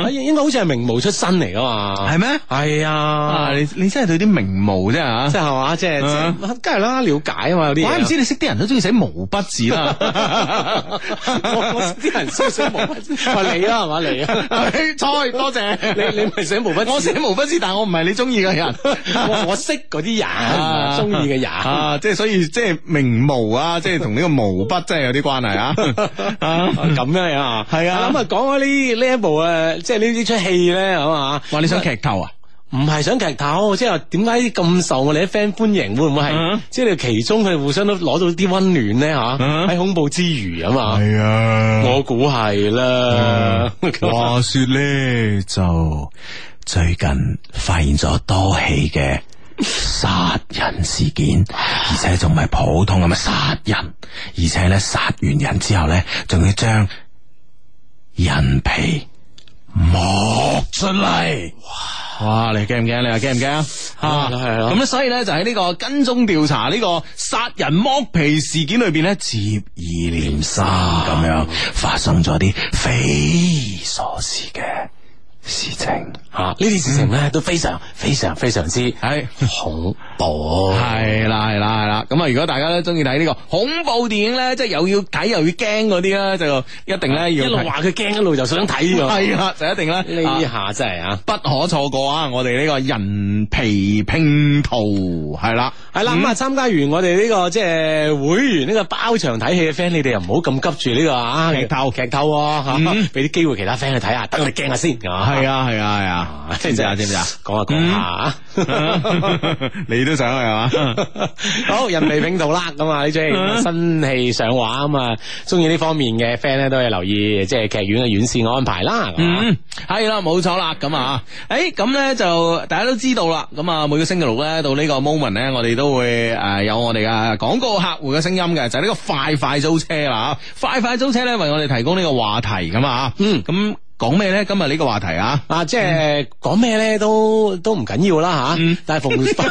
啦，應應該好似係名模出身嚟噶嘛，
係咩？
係
啊！
啊，
你你真係對啲名模啫啊
即
吓，
係嘛，即係，即係
嗯
梗係啦，了解啊嘛，有啲
怪唔
嘢
知你識啲人都中意寫毛筆字啦。
我我啲人少少毛筆， 話你啦係嘛你啊，
菜多謝
你你咪寫毛筆字，
我寫毛筆字，但我唔係你中意 嘅人。
我我識嗰啲人，中意嘅人。
啊，即係所以即係名模啊，即係同呢個毛筆真係有啲關係啊。 啊，
咁樣樣啊，
係啊
咁啊，講開呢呢一部誒，即係呢呢出戲咧，係嘛，
哇！你想劇透啊？
唔係想劇透，即係話點解咁受我哋啲 friend 歡迎？會唔會係
嗯
即係你其中佢哋互相都攞到啲温暖咧吓？
嗯
喺恐怖之餘啊嗯嘛，
係啊
我估係啦。
話說咧，就最近發現咗多起嘅殺人事件，而且仲唔係普通咁嘅殺人，而且咧殺完人之後咧，仲要將人皮剝出嚟。哇！你驚唔驚？你話驚唔驚啊？
啊係咯
咁咧，所以咧就喺呢個跟蹤調查呢個殺人剝皮事件裏邊咧，接二連三咁樣發生咗啲匪夷所思嘅事情。
吓呢啲事情咧都非常非常非常之
係
恐怖。
係啦係啦係啦，咁啊！如果大家咧中意睇呢個恐怖電影咧，即係又要睇又要驚嗰啲咧，就一定咧
一
要
路
睇
話佢驚，一路就想睇喎。
係啦，就一定咧
呢
啊
下真係啊！
不可錯過啊！我哋呢個人皮拼圖係啦，
係啦，咁啊，參加完我哋呢個即係會員呢個包場睇戲嘅 friend，你哋又唔好咁急住呢個啊
劇透
劇透喎
嗯
吓，俾啲機會其他 friend 去睇下，等佢驚下先，係嘛
係 啊係啊係啊，知唔知啊知唔知啊？嗯
講下講下啊，
你都想啊係
嗯
嘛？
好人皮拼圖啦，咁啊呢出
嗯
戲新戲上畫咁啊，中意呢方面嘅 friend 咧都係留意即係劇院嘅院線安排啦，係嘛
嗯，係啦，冇錯啦，咁啊，誒，咁咧就大家都知道啦，咁啊，每個星期六咧到呢個 moment 咧，我哋都會誒有我哋嘅啊廣告客戶嘅聲音嘅，就係呢個快快租車啦，快快租車咧為我哋提供呢個話題咁啊，
嗯
咁講咩咧？今日呢個話題啊？
啊，即係講咩咧都都唔緊要啦吓
嗯，
但係 逢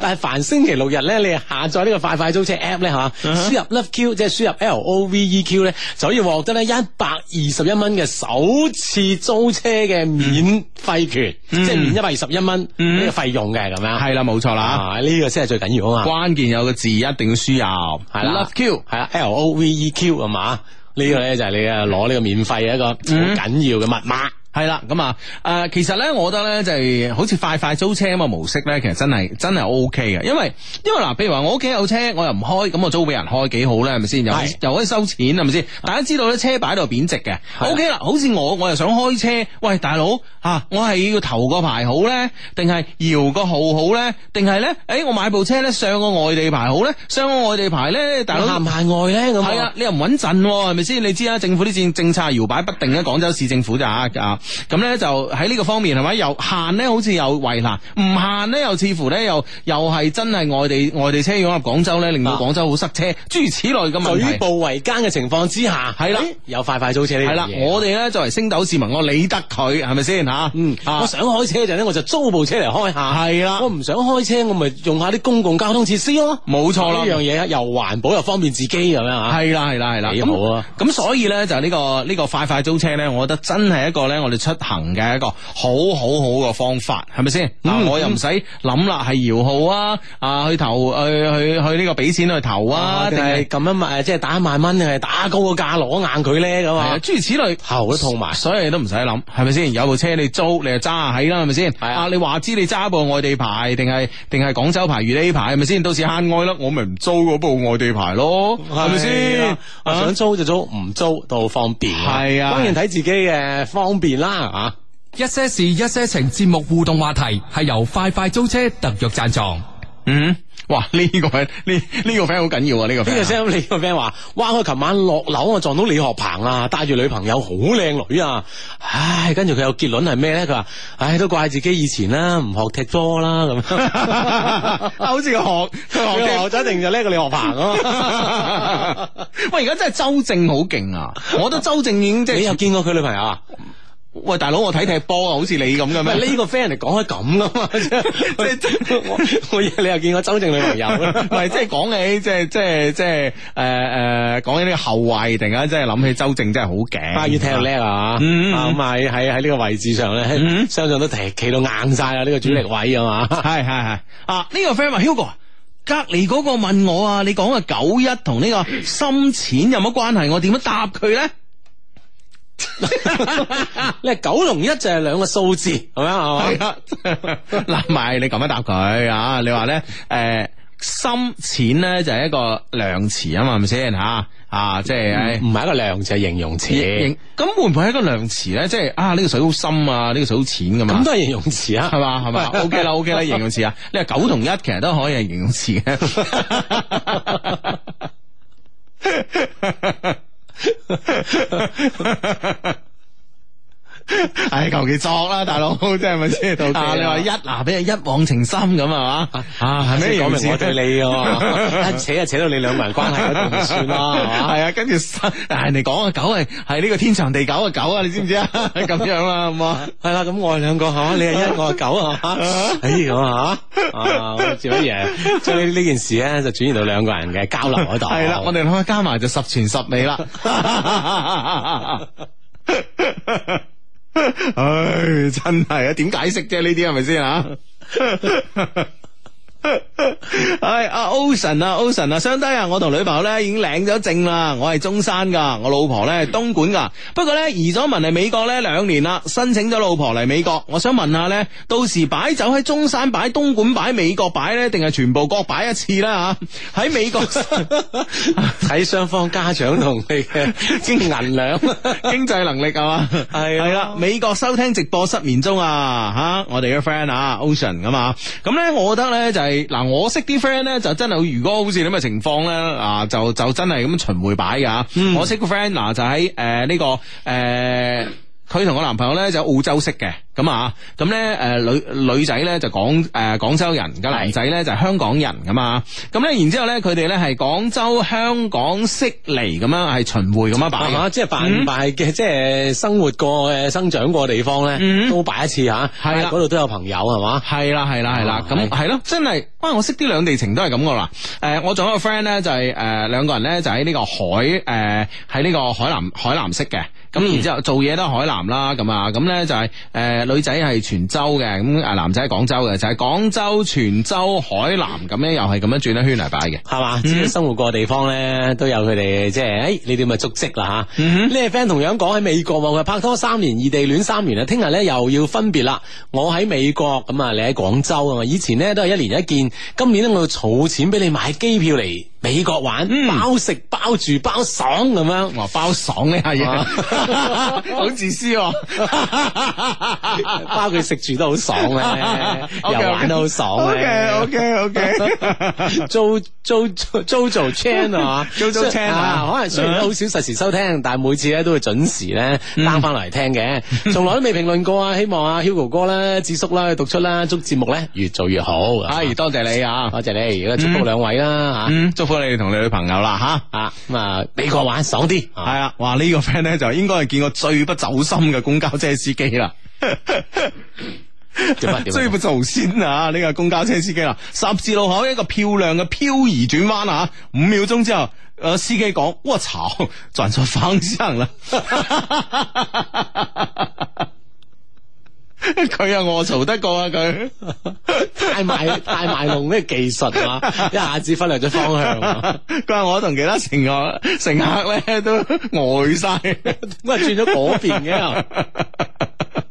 但係凡星期六日咧，你下載呢個快快租車 app 咧吓，
啊
輸入 love q 即係輸入 l o v e q 咧，就可以獲得咧一百二十一蚊嘅首次租車嘅免費權，即係免一百二十一蚊呢個費用嘅咁樣。
嗯係啦，冇錯啦，
啊，呢個先係最緊要啊嘛。
關鍵有個字一定要輸入，
係啦
Love Q。
系啦，L O V E Q 係嘛？呢個咧就係你啊攞呢個免費嘅一個好
嗯
緊要嘅密碼。
系啦，咁啊，诶、其實咧，我覺得咧就係、好似快快租車咁嘅模式咧，其實真係真係 O K 嘅，因為因為嗱，譬如話我屋企有車，我又唔開，咁我租俾人開幾好咧，係咪先？又可以
係
又可以收錢，係咪先？大家知道咧，車擺喺度貶值嘅
係
，O K 啦。好似我我又想開車，喂大佬吓、啊我係要投個牌好咧，定係搖個號好咧，定係咧？誒、我買部車咧上個外地牌好咧，上個外地牌咧，大佬
限唔限外咧咁啊
系啊，你又唔穩陣喎，係咪先？你知啦，政府啲政政策搖擺不定咧，廣州市政府咋啊？咁咧就喺呢個方面係咪又限咧，好似有為難；唔限咧，又似乎咧又又係真係外地外地車湧入廣州咧，令到
啊
廣州好塞車，諸如此類嘅問
舉
題。
步維艱嘅情況之下，
係啦
誒有快快租車呢
係
樣
啦，
嘢。
我哋咧作為星斗市民，我理得佢係咪先吓？
嗯，
啊
我想開車嗰陣咧，我就租部車嚟開下。
係啦
我唔想開車，我咪用下啲公共交通設施咯。
冇錯啦
呢樣嘢又環保又方便自己咁樣啊。
係啦，係啦，係啦，
幾好啊
咁咁所以咧就呢個呢個快快租車咧，我覺得真係一個咧我哋哋出行嘅一個好好好嘅方法，係咪先？
嗯
嗱、我又唔使諗啦，係搖號啊，啊去投去去去呢個俾錢去投啊，定
定係
係
咁樣買，即係打一萬蚊，定係打高個價攞硬佢咧咁
係啊
啊？
諸如此類。
頭都痛埋。
所有嘢都唔使諗，係咪先？有部車你租，你就揸下喺啦，係咪先？
啊
啊，你話知你揸部外地牌，定係定係廣州牌、粵 A 牌，係咪先？到時慳愛啦，我咪唔租嗰部外地牌咯，係咪先
啊？啊想
啊
租就租，唔租都好方便。
係啊
關鍵睇自己嘅方便啦，啊。
一些事一些情節目互動話題係由快快租車特約贊助。
嗯，哇！呢、個 friend 呢呢個 friend 好緊要啊！呢、個
呢
friend
個 friend 你個 friend 話：，哇！我琴晚落樓，我撞到李學鵬啊，帶住女朋友，好靚女啊！唉，跟住佢有結論係咩咧？佢話：，唉，都怪自己以前啦，唔學踢波啦咁。 啊
好似佢學佢
佢
學
學咗一定就叻過李學鵬 啊！
喂，而家真係周正好勁啊！我覺得周正已經即
你又
係
見過佢女朋友啊？
喂大佬，我睇踢波啊，好似你咁嘅
唔係
咩？
呢個 friend 嚟講開咁 噶嘛？即係我我以為你又見過周正女朋友啊啦？
唔係即係講起即係即係即係誒誒講起呢個後衞，突然間真係諗起周正真係好勁，
啊，越踢又叻啊！啊
嗯
咁喺喺喺呢個位置上咧，相信都踢企到硬晒啦，呢個主力位啊 嘛。
係係係啊！呢、個 friend 話 Hugo 啊。隔離嗰個問我啊，你講嘅九一同呢個深淺有乜關係？我點樣答佢咧？
咧九同一就係兩個數字，係咪啊？係咪
係啊，嗱，唔係你咁樣答佢啊？你話咧，誒、深淺咧就係一個量詞啊嘛，係咪先吓啊？即係唉
唔係一個量詞，係形容詞
形，咁會唔會係一個量詞咧？即係啊，呢、個水好深啊，呢、個水好淺咁啊？
咁都係形容詞 啊
係。嘛係嘛？OK 啦 OK 啦，形容詞啊，你話九同一其實都可以係形容詞嘅。 唉，求其作啦， 大佬，即係咪先？
OK
啊，你話一嗱，俾人一往情深咁係嘛？ 啊，係咩
講
形容詞
明我對你啊 嘛，一 扯就扯到你兩個人關係嗰度算啦，係嘛
系啊，跟住人哋講啊，狗係係呢個天長地久嘅狗啊，你知唔知啊？ 咁樣啦，咁啊。
係啦，咁我哋兩個係嘛，你係一， 我係九係嘛，哎咁啊，啊，做乜嘢？將呢呢件事咧就轉移到兩個人嘅交流嗰度。
系啦，我哋諗下加埋就十全十美啦。唉，真係啊，點解釋啫？呢啲係咪先啊？ 唉，阿 Ocean 啊，Ocean 啊，相低啊，我同女朋友咧已經領咗證啦，我係中山噶，我老婆咧係東莞噶，不過咧移咗民嚟美國咧兩年啦，申請咗老婆嚟美國，我想問下咧，到時擺酒喺中山擺、東莞擺、美國擺咧，定係全部各擺一次啦吓？喺 美國
睇雙方家長同你嘅經 銀兩。
經濟能力係嘛？
係啊
係啦，美國收聽直播失眠中啊，吓、我哋嘅 friend 啊，Ocean 咁啊，咁咧我覺得咧就係、嗱，我識啲 friend 咧就真係，如果好似咁嘅情況咧啊，就就真係咁巡迴擺噶。
嗯
我識個 friend 嗱、就喺誒呢個誒。佢同我男朋友咧就澳洲識嘅，咁啊，咁咧誒女女仔咧就廣誒廣州人，個男仔咧就係香港人咁啊，咁咧然之後咧佢哋咧係廣州、香港、悉尼咁樣係巡迴咁樣擺
係
嘅
嘛，即係扮
嗯
唔扮嘅，即係生活過嘅、生長過嘅地方咧，都擺一次吓。
嗯係啦
嗰度都有朋友係嘛。
系啦，系啦，系啦
啊，
咁
係
哦係咯，真係，哇！我識啲兩地情都係咁噶啦。誒，我仲有一個 friend 咧，就係誒兩個人咧，就喺呢個海誒喺呢個海南海南識嘅。咁然之後做嘢都係海南啦，咁啊，咁咧就係誒女仔係泉州嘅，咁啊男仔喺廣州嘅，就係廣州、泉州、海南咁樣又係咁樣轉一圈嚟擺嘅。
係嘛，自己生活過嘅地方咧，都有佢哋即係，誒呢啲咁嘅足跡啦吓。呢個 friend 同樣講喺美國喎，佢拍拖三年，異地戀三年啦，啊聽日咧又要分別啦。我喺美國咁啊，你喺廣州啊嘛，以前咧都係一年一見，今年咧我要儲錢俾你買機票嚟美國玩，包食包住包爽 咁樣。
我話包爽呢下嘢，啊 好自私喎、
包佢食住都好爽咧，又玩得好爽咧。
O K O K。
做做做做做 channel 啊
Jojo Chan 啊
可能雖然都好少實時收聽，但係每次咧都會準時咧 down 翻嚟聽嘅，從來都未評論過啊！希望啊 Hugo 哥啦、智叔啦、讀出啦，祝節目咧越做越好。
係，多謝你啊！
多謝你，而家祝福兩位啦
嗯，祝福你哋同你女朋友啦吓。
吓啊咁啊，美國玩爽啲
系
啊！
啦，哇！呢、個 friend 咧就應該係見過最不走心嘅公交車司機啦。
點啊點啊
最不走心啊！呢個公交車司機啦，十字路口一個漂亮嘅漂移轉彎啊！五秒鐘之後，诶、司機講：我操，轉錯方向啦！ 佢又我嘈得過啊 佢。
太賣太賣弄呢個技術啊，一下子忽略咗方向啊，
佢話我同其他乘客乘客咧都呆晒，
咁啊轉咗嗰邊嘅，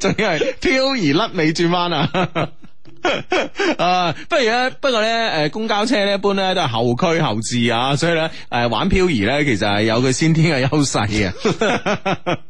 仲要係飄而甩尾轉彎啊！ 啊，不如咧，不過咧，誒，公交車咧，一般咧都係後驅後置啊，所以咧，誒，玩漂移咧，其實係有佢先天嘅優勢嘅。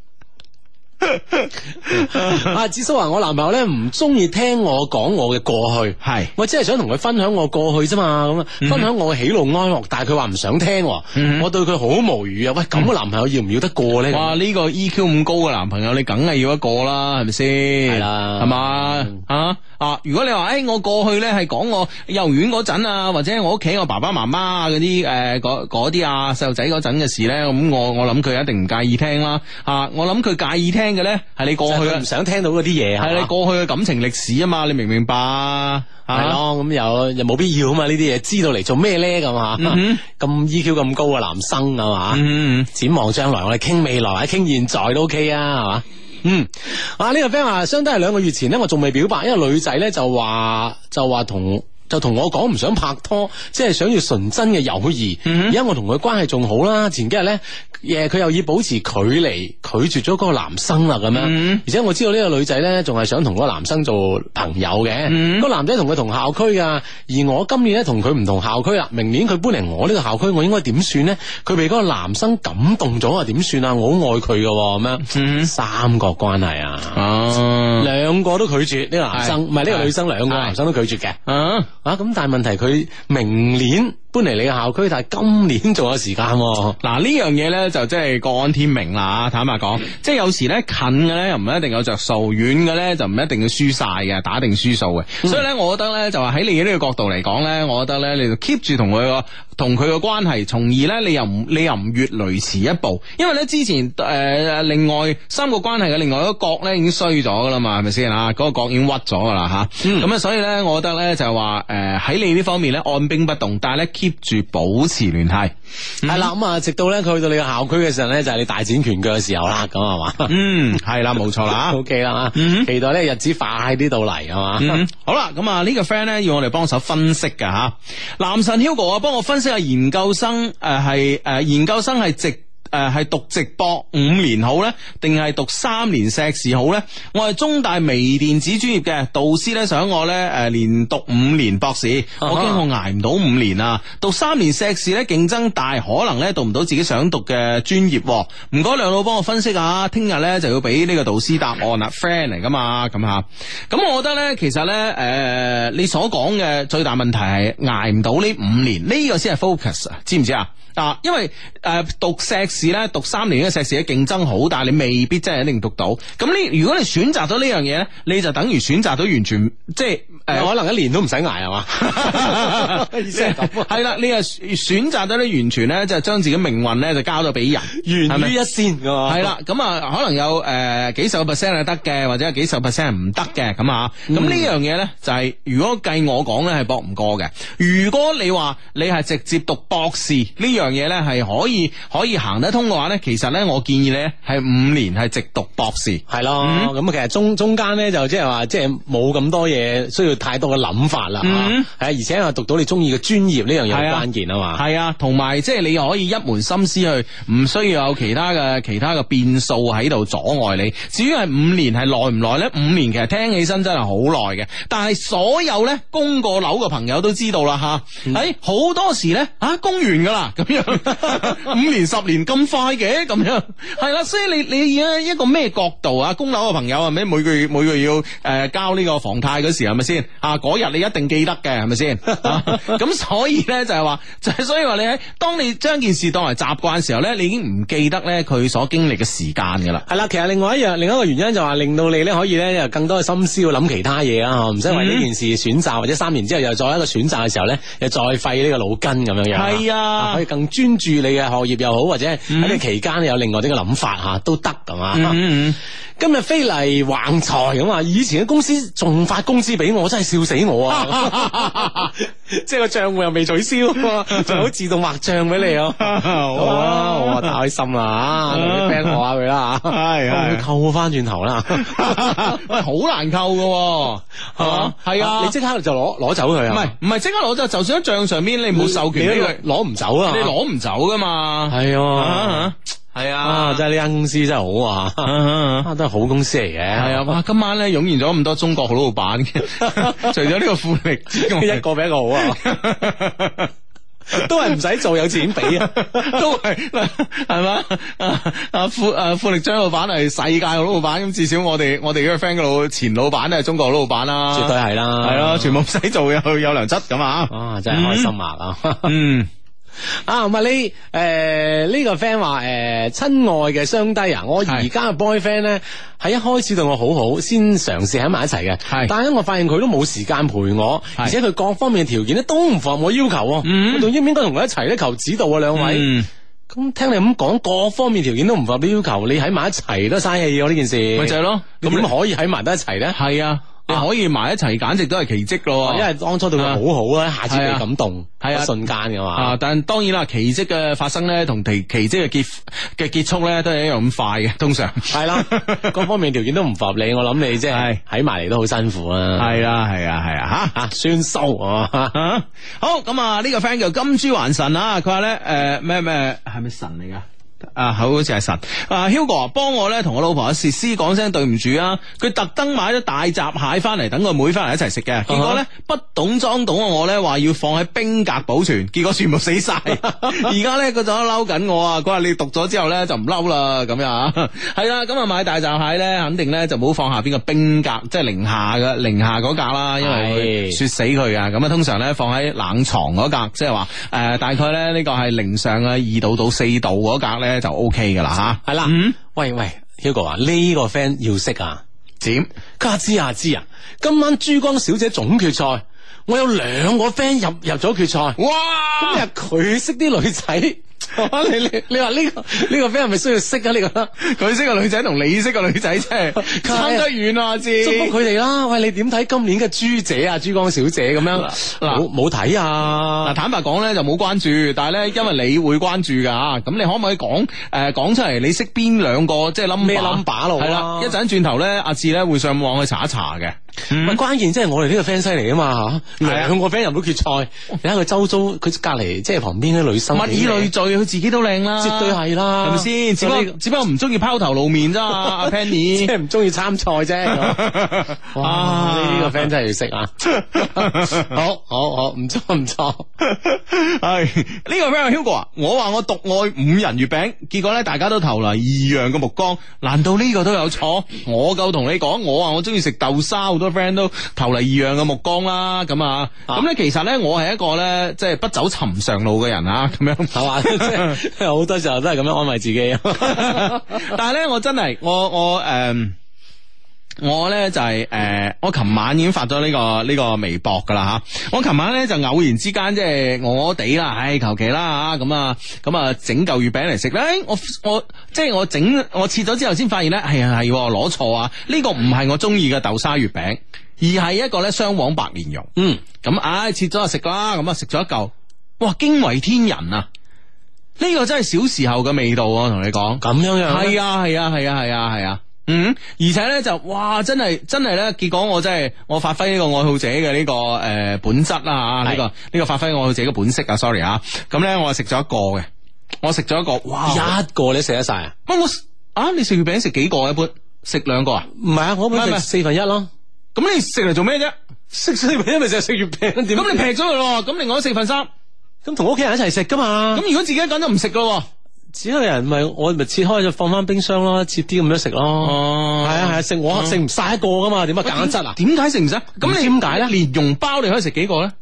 啊，子叔話我男朋友咧唔中意聽我講我嘅過去，
係
我 只係想同佢分享我過去啫嘛，咁啊，
嗯
分享我嘅喜怒哀樂，但係佢話唔想聽喎，我對佢好無語啊！喂，咁嘅男朋友要唔要得過咧？
哇！呢、個 EQ 咁高嘅男朋友，你梗係要一個啦，係咪先？係
啦
係嘛
嗯
啊啊！如果你話誒、哎我過去咧係講我幼兒園嗰陣啊，或者我屋企我爸爸媽媽啊嗰啲誒嗰嗰啲啊細路仔嗰陣嘅事咧，咁我我諗佢一定唔介意聽啦。啊，我諗佢介意聽嘅咧係你過
就係
去
佢
嘅
唔，想聽到啊嗰啲嘢
係
係
你
嘛
過去嘅感情歷史啊嘛，你明唔明白啊？
係咯，咁又又冇必要啊嘛！呢啲嘢知道嚟做咩咧？咁啊，咁 EQ 咁高嘅男生係嘛？
嗯，嗯
展望將來，我哋傾未來或者傾現在都 OK 啊，係嘛？嗯，啊呢、個 friend 話，相當係兩個月前咧，我仲未表白，因為女仔咧就話就話同。就同我講唔想拍拖，即係想要純真嘅友誼。而家、我同佢關係仲好啦。前幾日咧，誒佢又要保持距離，拒絕咗嗰個男生啦咁樣。而且我知道呢個女仔咧，仲係想同嗰個男生做朋友嘅。個男仔同佢同校區噶，而我今年咧同佢唔同校區啦。明年佢搬嚟我呢個校區，我應該點算咧？佢被嗰個男生感動咗啊，點算啊？我好愛佢噶咁樣，三個關係啊，
哦
嗯兩個都拒絕呢個男生，
係
唔係呢個女生，
係
兩個男生都拒絕嘅。
啊
啊，咁但係問題佢明年搬嚟你嘅校區，但係今年仲有時間喎。
嗱呢樣嘢咧就即係各安天命啦，坦白講，即係有時咧近嘅咧又唔一定有着數，遠嘅咧就唔一定要輸晒嘅，打定輸數嘅。所以咧，我覺得咧就話喺你呢個角度嚟講咧，我覺得咧你就 keep 住同佢個同佢個關係，從而咧你又唔你又唔越雷池一步，因為咧之前誒、呃另外三個關係嘅另外一個角咧已經衰咗噶啦嘛，係咪先啊？嗰、個角已經屈咗噶啦吓，咁啊、所以咧，我覺得咧就係話誒喺你呢方面咧按兵不動，但係咧 keep 住保持聯繫。
係啦，咁啊，直到咧佢去到你嘅校區嘅時候咧，就係你大展拳腳嘅時候啦，咁係嘛？
嗯，係啦，冇錯啦
O。K 啦，嗯期待呢日子快啲到嚟啊嘛。
嗯，好啦，咁啊呢個 friend 咧要我哋幫手分析噶吓，男神 Hugo 啊，幫我分析下研究生誒係誒研究生係直。呃誒，係、讀直博五年好呢？定係讀三年碩士好呢？我係中大微電子專業嘅，導師呢想我呢誒、連讀五年博士，我驚我捱唔到五年啊！讀三年碩士呢競爭大，可能呢讀唔到自己想讀嘅專業喎。唔該，兩老幫我分析下，聽日呢就要俾呢個導師答案啦，friend 嚟噶嘛，咁吓。咁我覺得呢，其實呢，誒、你所講嘅最大問題係捱唔到呢五年，呢、個先係 focus 啊，知唔知啊？啊，因為誒、呃、讀碩士咧，讀三年嘅碩士嘅競爭好，但係你未必真係一定讀到。咁呢，如果你選擇咗呢樣嘢咧，你就等於選擇到完全即係誒。呃
可能一年都唔使挨係嘛？意思係咁啊
係啦，你又選擇咗咧，完全咧就將自己命運咧就交咗俾人，係咪
懸於一線噶嘛。
係啦，咁啊，可能有誒、呃、幾十個 percent 係得嘅，或者有幾十 percent 係唔得嘅，咁啊，
嗯
咁呢樣嘢咧就係、如果計我講咧係搏唔過嘅。如果你話你係直接讀博士呢樣嘢咧係可以可以行得通嘅話咧，其實咧我建議咧係五年係直讀博士。
係咯，咁其實中中間咧就即係話，即係冇咁多嘢需要太多嘅諗法啦，係
嗯
啊而且話讀到你中意嘅專業呢樣嘢
係啊
好關鍵啊嘛，
係啊，同埋即係你可以一門心思去，唔需要有其他嘅其他嘅變數喺度阻礙你。至於係五年係耐唔耐呢？五年其實聽起身真係好耐嘅，但係所有呢，供過樓嘅朋友都知道啦吓。喺好、多時呢，啊，供完噶啦，咁樣五年十年咁快嘅咁樣，係啦，所以你你而家一個咩角度啊？供樓嘅朋友係咪每個月每個月要誒、呃交呢個房貸嗰時係咪先啊？嗰日你一定記得嘅係咪先？啊咁、所以咧就係話， 就係所以話你喺當你將件事當為習慣嘅時候咧，你已經唔記得咧佢所經歷嘅時間噶啦。
係啦，其實另外一樣，另一個原因就話令到你咧可以咧有更多嘅心思去諗其他嘢啦，
嗯
嚇唔使為呢件事選擇，或者三年之後又再一個選擇嘅時候咧，又再費呢個腦筋咁樣樣。
係啊嗯
可以更專啊注你嘅學業又好，或者喺呢期間有另外啲嘅諗法嚇都得㗎嘛。
嗯嗯
今日飛嚟橫財咁啊！以前嘅公司仲發工資俾我，真係笑死 我啊！即係個帳户又未取消啊，仲好自動劃帳俾你啊！ 好啊，我話太開心啦啊嚇，同啲 friend 學下佢啦啊嚇，
係係
我會扣翻轉頭啦，
喂，好難扣噶，
係嘛？
係啊，
你即刻就攞攞走佢
唔
啊！
係唔係即刻攞走，就算喺帳上面，你唔好授權俾佢，
你攞唔走啊！
你攞唔走噶嘛？
係啊
啊，係
啊！
啊，
真係呢間公司真係好啊！啊，都係好公司嚟嘅。
系啊，哇！今晚咧湧現咗咁多中國好老闆 嘅，除咗呢個富力之外，
一個比一個好啊，都係唔使做有錢俾啊，
都係係嘛？啊啊富啊富力張老闆係世界好老闆，咁至少我哋我哋嗰個 friend 嘅老前老闆都係中國好老闆啦，
絕對係啦，
係咯，全部唔使做有有良質咁啊！
啊，真係開心啊！
嗯，
啊，咁啊呢誒呢個 friend 話誒，親愛嘅雙低啊，我而家嘅 boyfriend 咧係一開始對我好好，先嘗試喺埋一齊嘅，
係
但係咧我發現佢都冇時間陪我，
係
而且佢各方面嘅條件咧都唔符合我要求喎，我仲應唔應該同佢一齊咧？求指導啊，兩位。
嗯
咁聽你咁講，各方面條件都唔符合你要求，你喺埋一齊都嘥氣喎呢件事。
咪就係咯。
咁
咁
點啊
你
可以喺埋得一齊咧？
係啊，你可以埋一齊，簡直都係奇蹟咯。
因為當初對佢好好啊，下次被感動，
啊係啊
一瞬間嘅嘛。
啊！但當然啦，奇蹟嘅發生咧，同奇奇蹟嘅結嘅結束咧，都係一樣咁快嘅，通常。
係啦，各方面條件都唔符合你，我諗你即係
係
喺埋嚟都好辛苦啊。
係啦，係啊，係啊，吓
啊，算數啊！
啊！好咁啊，呢個 friend 叫金珠還神啊，佢話咧誒咩咩係咪神嚟噶？啊，好似係神啊，Hugo 幫我咧同我老婆阿薛思講聲對唔住啊，佢特登買咗大閘蟹翻嚟等個妹翻嚟一齊食嘅，結果咧不懂裝懂嘅我咧話要放喺冰格保存，結果全部死晒，而家咧佢仲喺度嬲緊我啊，佢話你讀咗之後咧就唔嬲啦咁樣啊，係啦，咁啊買大閘蟹咧肯定咧就唔好放下邊個冰格，即係零下嘅零下嗰格啦，因為
係
會雪死佢啊！咁啊，通常咧放喺冷藏嗰格，即係話誒，大概咧呢個係零上嘅二度到四度嗰格咧就 O K 噶啦吓。
係啦，喂喂，Hugo 啊，呢個 friend 要識啊！
點？
家知啊知啊，今晚珠江小姐總決賽，我有兩個 friend 入入咗決賽。
哇！
今
啊
日佢識啲女仔， 哦你你你話呢個呢個 friend 係咪需要識啊？你覺得？
佢識個女仔同你識個女仔真係差得遠啊！知
祝福佢哋啦！喂，你點睇今年嘅朱姐啊、珠江小姐咁樣？
嗱
冇冇睇啊
嗱，？坦白講咧就冇關注，但係咧因為你會關注噶，咁你可唔可以講誒講出嚟？你識邊兩個即係 number
咩 number 咯
係
好啊
啦，一陣轉頭咧，阿志咧會上網去查一查嘅。
喂，關鍵即係我哋呢個 friend 犀利啊嘛嚇，
嗯係啊
兩個 friend 入到決賽，你睇佢周遭佢隔離即係旁邊啲女生，
物以類聚，佢自己都靚啦，
絕對係啦，
係咪先？只不過
所以
只不過唔中意拋頭露面咋，阿 Penny
即係唔中意參賽啫。 哇！呢個 friend 真係要識啊！好好好，唔錯唔錯。
系呢個 friend Hugo 啊，我話我獨愛五仁月餅，結果咧大家都投嚟異樣嘅目光，難道呢個都有錯？我夠同你講，我啊話我中意食豆沙，好多 friend 都投嚟異樣嘅目光啦，咁啊，咁咧其實咧我係一個咧即係不走尋常路嘅人啊，咁樣。
係嘛，即係好多時候都係咁樣安慰自己啊！
但係咧，我真係我我诶。誒我咧就係、誒、我琴晚已經發咗呢、個呢、個微博噶啦嚇。我琴晚咧就偶然之間即係我哋啦，唉求其啦嚇咁啊咁啊整嚿月餅嚟食咧。唉我我即係我整我切咗之後先發現咧，係啊係喎攞錯啊！呢、個唔係我中意嘅豆沙月餅，而係一個咧雙黃白蓮蓉。
嗯，
咁唉切咗就食啦，咁啊食咗一嚿，哇驚為天人啊！呢、個真係小時候嘅味道啊，我同你講。
咁樣樣
係啊係啊係啊係啊係啊。嗯，而且咧就哇，真係真係咧，結果我真係我發揮呢個愛好者嘅呢、個誒、呃本質啦嚇，呢、
係
個呢、個發揮愛好者嘅本色啊，sorry 啊，咁咧我係食咗一個嘅，我食咗一個，哇！
一個你食得晒啊？
乜我啊？你食月餅食幾個啊一般？食兩個啊？
唔係啊，我本
唔係唔
食
係
四分一咯。
咁你食嚟做咩啫？
食四分一咪就係食月餅點？
咁你劈
咁
咗佢咯，咁另外四分三，咁
你咁同屋企人一齊食噶嘛？
如果自己一個人就唔食咯喎。
只有人咪我咪切開咗放翻冰箱咯，切啲咁樣食咯。係
哦
啊係啊，食我食唔晒一個噶嘛？點啊揀質啊？
點解食唔食？咁你
唔知點解咧
連蓉包你可以食幾個咧？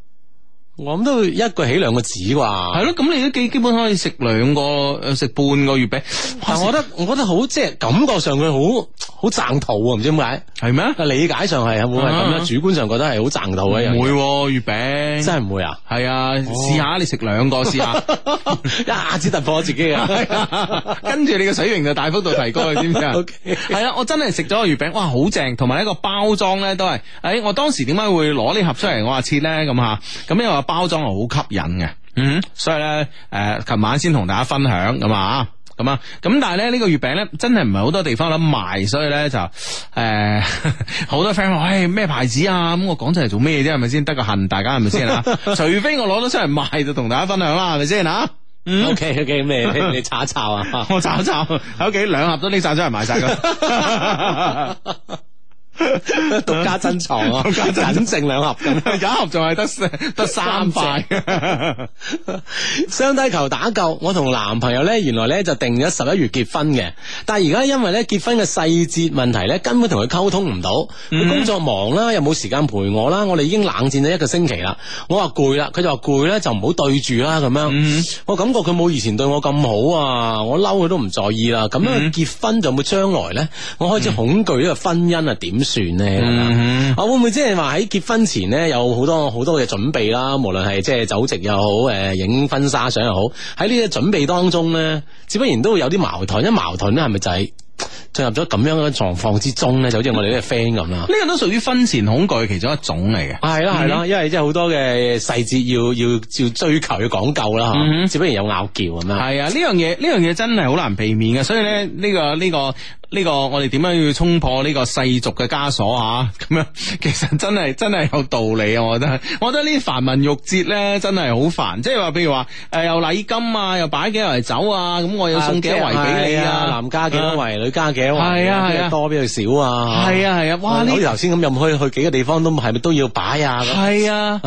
我諗都一個起兩個止
系
啩。
咯，咁你都基基本可以呃食兩個，诶食半個月餅。
但我覺得我覺得好即係感覺上佢好好好掙肚啊，唔知點解。
系咩？
理解上係會係咁
啊
啦，主觀上覺得係好掙肚嘅一樣
唔
嘢，
會喎月餅，
真係唔會 啊！
係啊，試下你食兩個試下，
一下子突破自己 啊！
跟住你嘅水平就大幅度提高，你知唔知啊
OK
係啦，我真係食咗個月餅，哇，好正！同埋呢個包裝咧都係，诶，我當時點解會攞呢盒出嚟我話切咧咁吓，咁因為包裝係好吸引嘅，嗯，所以咧，诶，琴晚先同大家分享咁啊。咁啊，咁但系咧呢、呢個月餅咧，真係唔係好多地方有得賣，所以咧就诶 好、多 friend 話：，喂咩牌子啊？咁我講出嚟做咩啫？係咪先得個恨？大家係咪先啊？除非我攞咗出嚟賣，就同大家分享啦，係咪先啊？嗯
O K O K，咩？你你查一查啊！
我找一找喺屋企兩盒都拎晒咗嚟賣晒 噶，
獨家珍藏啊， 僅剩兩盒咁。
有一盒仲係得得三塊。
雙低求打救，我同男朋友咧，原來咧就定咗十一月結婚嘅，但係而家因為咧結婚嘅細節問題咧，根本同佢溝通唔到，佢工作忙啦，又冇時間陪我啦，我哋已經冷戰咗一個星期啦，我話攰啦，佢就話攰咧就唔好對住啦咁樣，我感覺佢冇以前對我咁好啊，我嬲佢都唔在意啦，咁樣結婚就有冇將來咧？我開始恐懼呢個婚姻啊，點算咧咁
嗯
樣？啊，會唔會即係話喺結婚前咧有好多好多嘅準備啦？無論係即係酒席又好，誒影婚紗相又好，喺呢啲準備當中咧，自不然都會有啲矛盾。一矛盾咧，係咪就係進入咗咁樣嘅狀況之中咧？就好似我哋呢個 friend 咁啦。
呢個都屬於婚前恐懼其中一種嚟嘅。
啊，係啦，係啦，因為即係好多嘅細節要要要追求，要講究啦，嚇，自不然有拗撬咁樣。
嗯係啊，呢樣嘢呢樣嘢真係好難避免嘅，所以咧呢、個呢、個呢、個我哋點樣要衝破呢個世俗嘅枷鎖啊？咁樣其實真係真係有道理啊！我覺得，我覺得呢啲繁文縟節咧真係好煩，即係話譬如話誒、又禮金啊，又擺幾圍酒啊，咁我又送幾多圍俾你啊，
男家幾多圍，女家幾多圍，
係啊係啊
邊個多邊度少啊？
係啊係啊，哇
哇！
呢
好似頭先咁，入去去幾個地方都係咪都要擺啊？咁
係啊。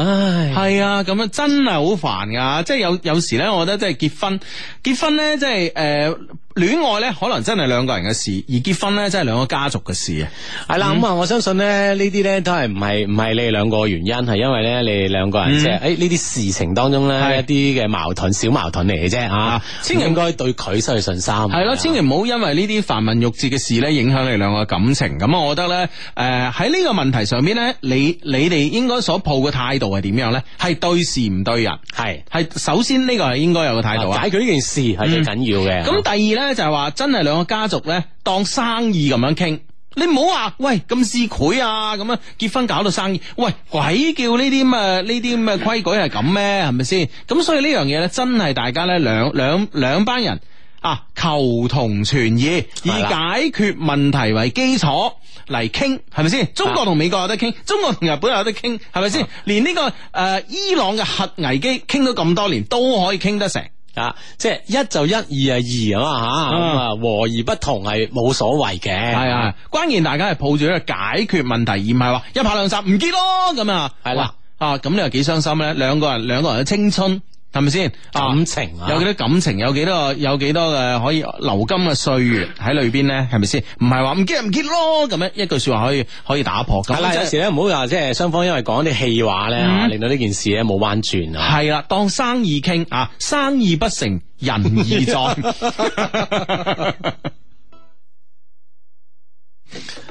唉，
系啊，咁啊真係好煩噶，即係有有時咧，我覺得即係結婚，結婚咧即係诶。呃戀愛咧，可能真係兩個人嘅事，而結婚咧，真係兩個家族嘅事啊！
系啦，咁啊，我相信咧，呢啲咧都係唔係唔係你哋兩個嘅原因，係因為咧你哋兩個人即係诶呢啲事情當中
嗯係
咧一啲嘅矛盾小矛盾嚟嘅啫吓
啊，千祈唔
唔應該對佢失去信心。
係
係
咯，
啊
千祈唔好因為呢啲繁文縟節嘅事咧，影響你兩個感情。咁啊，我覺得咧，誒喺呢個問題上邊咧，你你哋應該所抱嘅態度係點樣咧？係對事唔對人，
係
係首先呢個係應該有個態度啊。
解決呢件事係最緊要嘅。啊
咁第二咧就係話，真係兩個家族咧當生意咁樣傾。你唔好話喂咁市儈啊咁啊，結婚搞到生意，喂鬼叫呢啲咁啊呢啲咁嘅規矩係咁咩？係咪先？咁所以呢樣嘢咧，真係大家咧兩兩兩班人。啊，求同存異，以
係啦
解決問題為基礎嚟傾，係咪先？中國同美國有得
啊
傾，中國同日本有得傾，係咪先？連呢、個誒、呃伊朗嘅核危機傾咗咁多年，都可以傾得成。
啊，即係一就一，二係二啊嘛吓，咁啊和而不同係冇所謂嘅。
系啊，關鍵嗯大家係抱住一個解決問題，而唔係話一拍兩霎唔結咯咁啊。
係啦
哇，啊咁你又幾傷心咧？兩個人兩個人嘅青春係咪先？啊
感情啊
有幾多感情，有幾多有幾多嘅可以流金嘅歲月喺裏邊咧？係咪先？唔係話唔結唔結咯咁樣一句说話可以可以打破。咁
係啦，
即係
有時咧唔好話即係雙方因為講啲戲話
嗯
咧，啊令到呢件事咧冇彎轉啊。
係啦，當生意傾啊，生意不成仁義 在。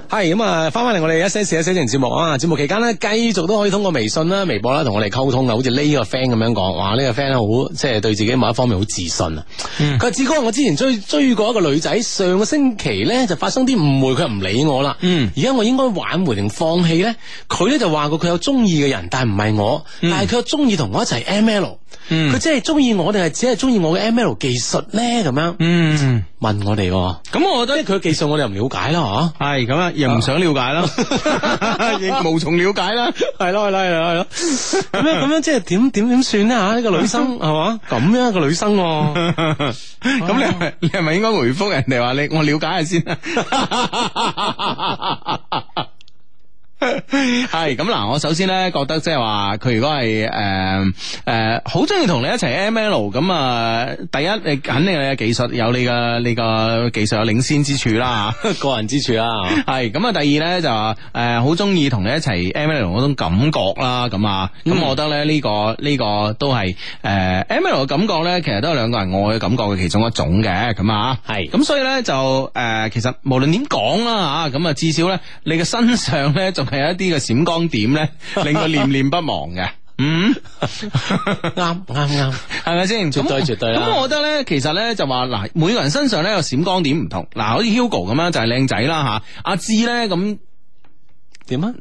系咁啊，翻翻嚟我哋一些事一些情節目啊，節目期間咧，繼續都可以通過微信啦、微博啦同我哋溝通啊嘅，好似呢個 friend 咁樣講，哇呢、個 friend 好即係對自己某一方面好自信啊。
嗯
佢話志哥，我之前追追過一個女仔，上個星期咧就發生啲誤會，佢唔理我啦。
嗯，
而家我應該挽回定放棄咧？佢咧就話過佢有中意嘅人，但係唔係我，但係佢有中意同我一齊 M L。
嗯
佢即係中意我定係只係中意我嘅 M L 技術咧？咁樣
嗯，
問我哋喎，
咁我覺得
即係佢嘅技術我哋又唔了解啦，吓、
係咁啊，亦唔想了解啦， 亦無從了解啦。
系咯系咯系咯系咯，咁 樣咁樣即係點點點算咧吓？呢個女 生係嘛？咁樣一個女生 喎，
咁你係咪你系咪應該回覆 人哋話你我了解下先啊？系咁嗱，我首先咧覺得即係話佢如果係诶诶好中意同你一齊 M L 咁啊，第一你肯定你嘅技術有你嘅你個技術有領先之處啦吓。
個人之處啦，
系咁啊，第二咧就話诶好中意同你一齊 M L 嗰種感覺啦，咁啊，咁我覺得咧呢、個呢、個都係诶 M L 嘅感覺咧，其實都係兩個人愛嘅感覺嘅其中一種嘅，咁啊，
係
咁所以咧就誒、呃其實無論點講啦嚇，咁啊至少咧，你嘅身上咧仲係有一啲嘅閃光點咧，令佢念念不忘嘅。嗯，
啱啱啱，
系咪先？
絕對
咁
絕對啦
咁我覺得咧，其實咧就話嗱，每個人身上咧有閃光點唔同。嗱，好似 Hugo 咁樣就係靚仔啦吓，阿芝咧咁
點啊？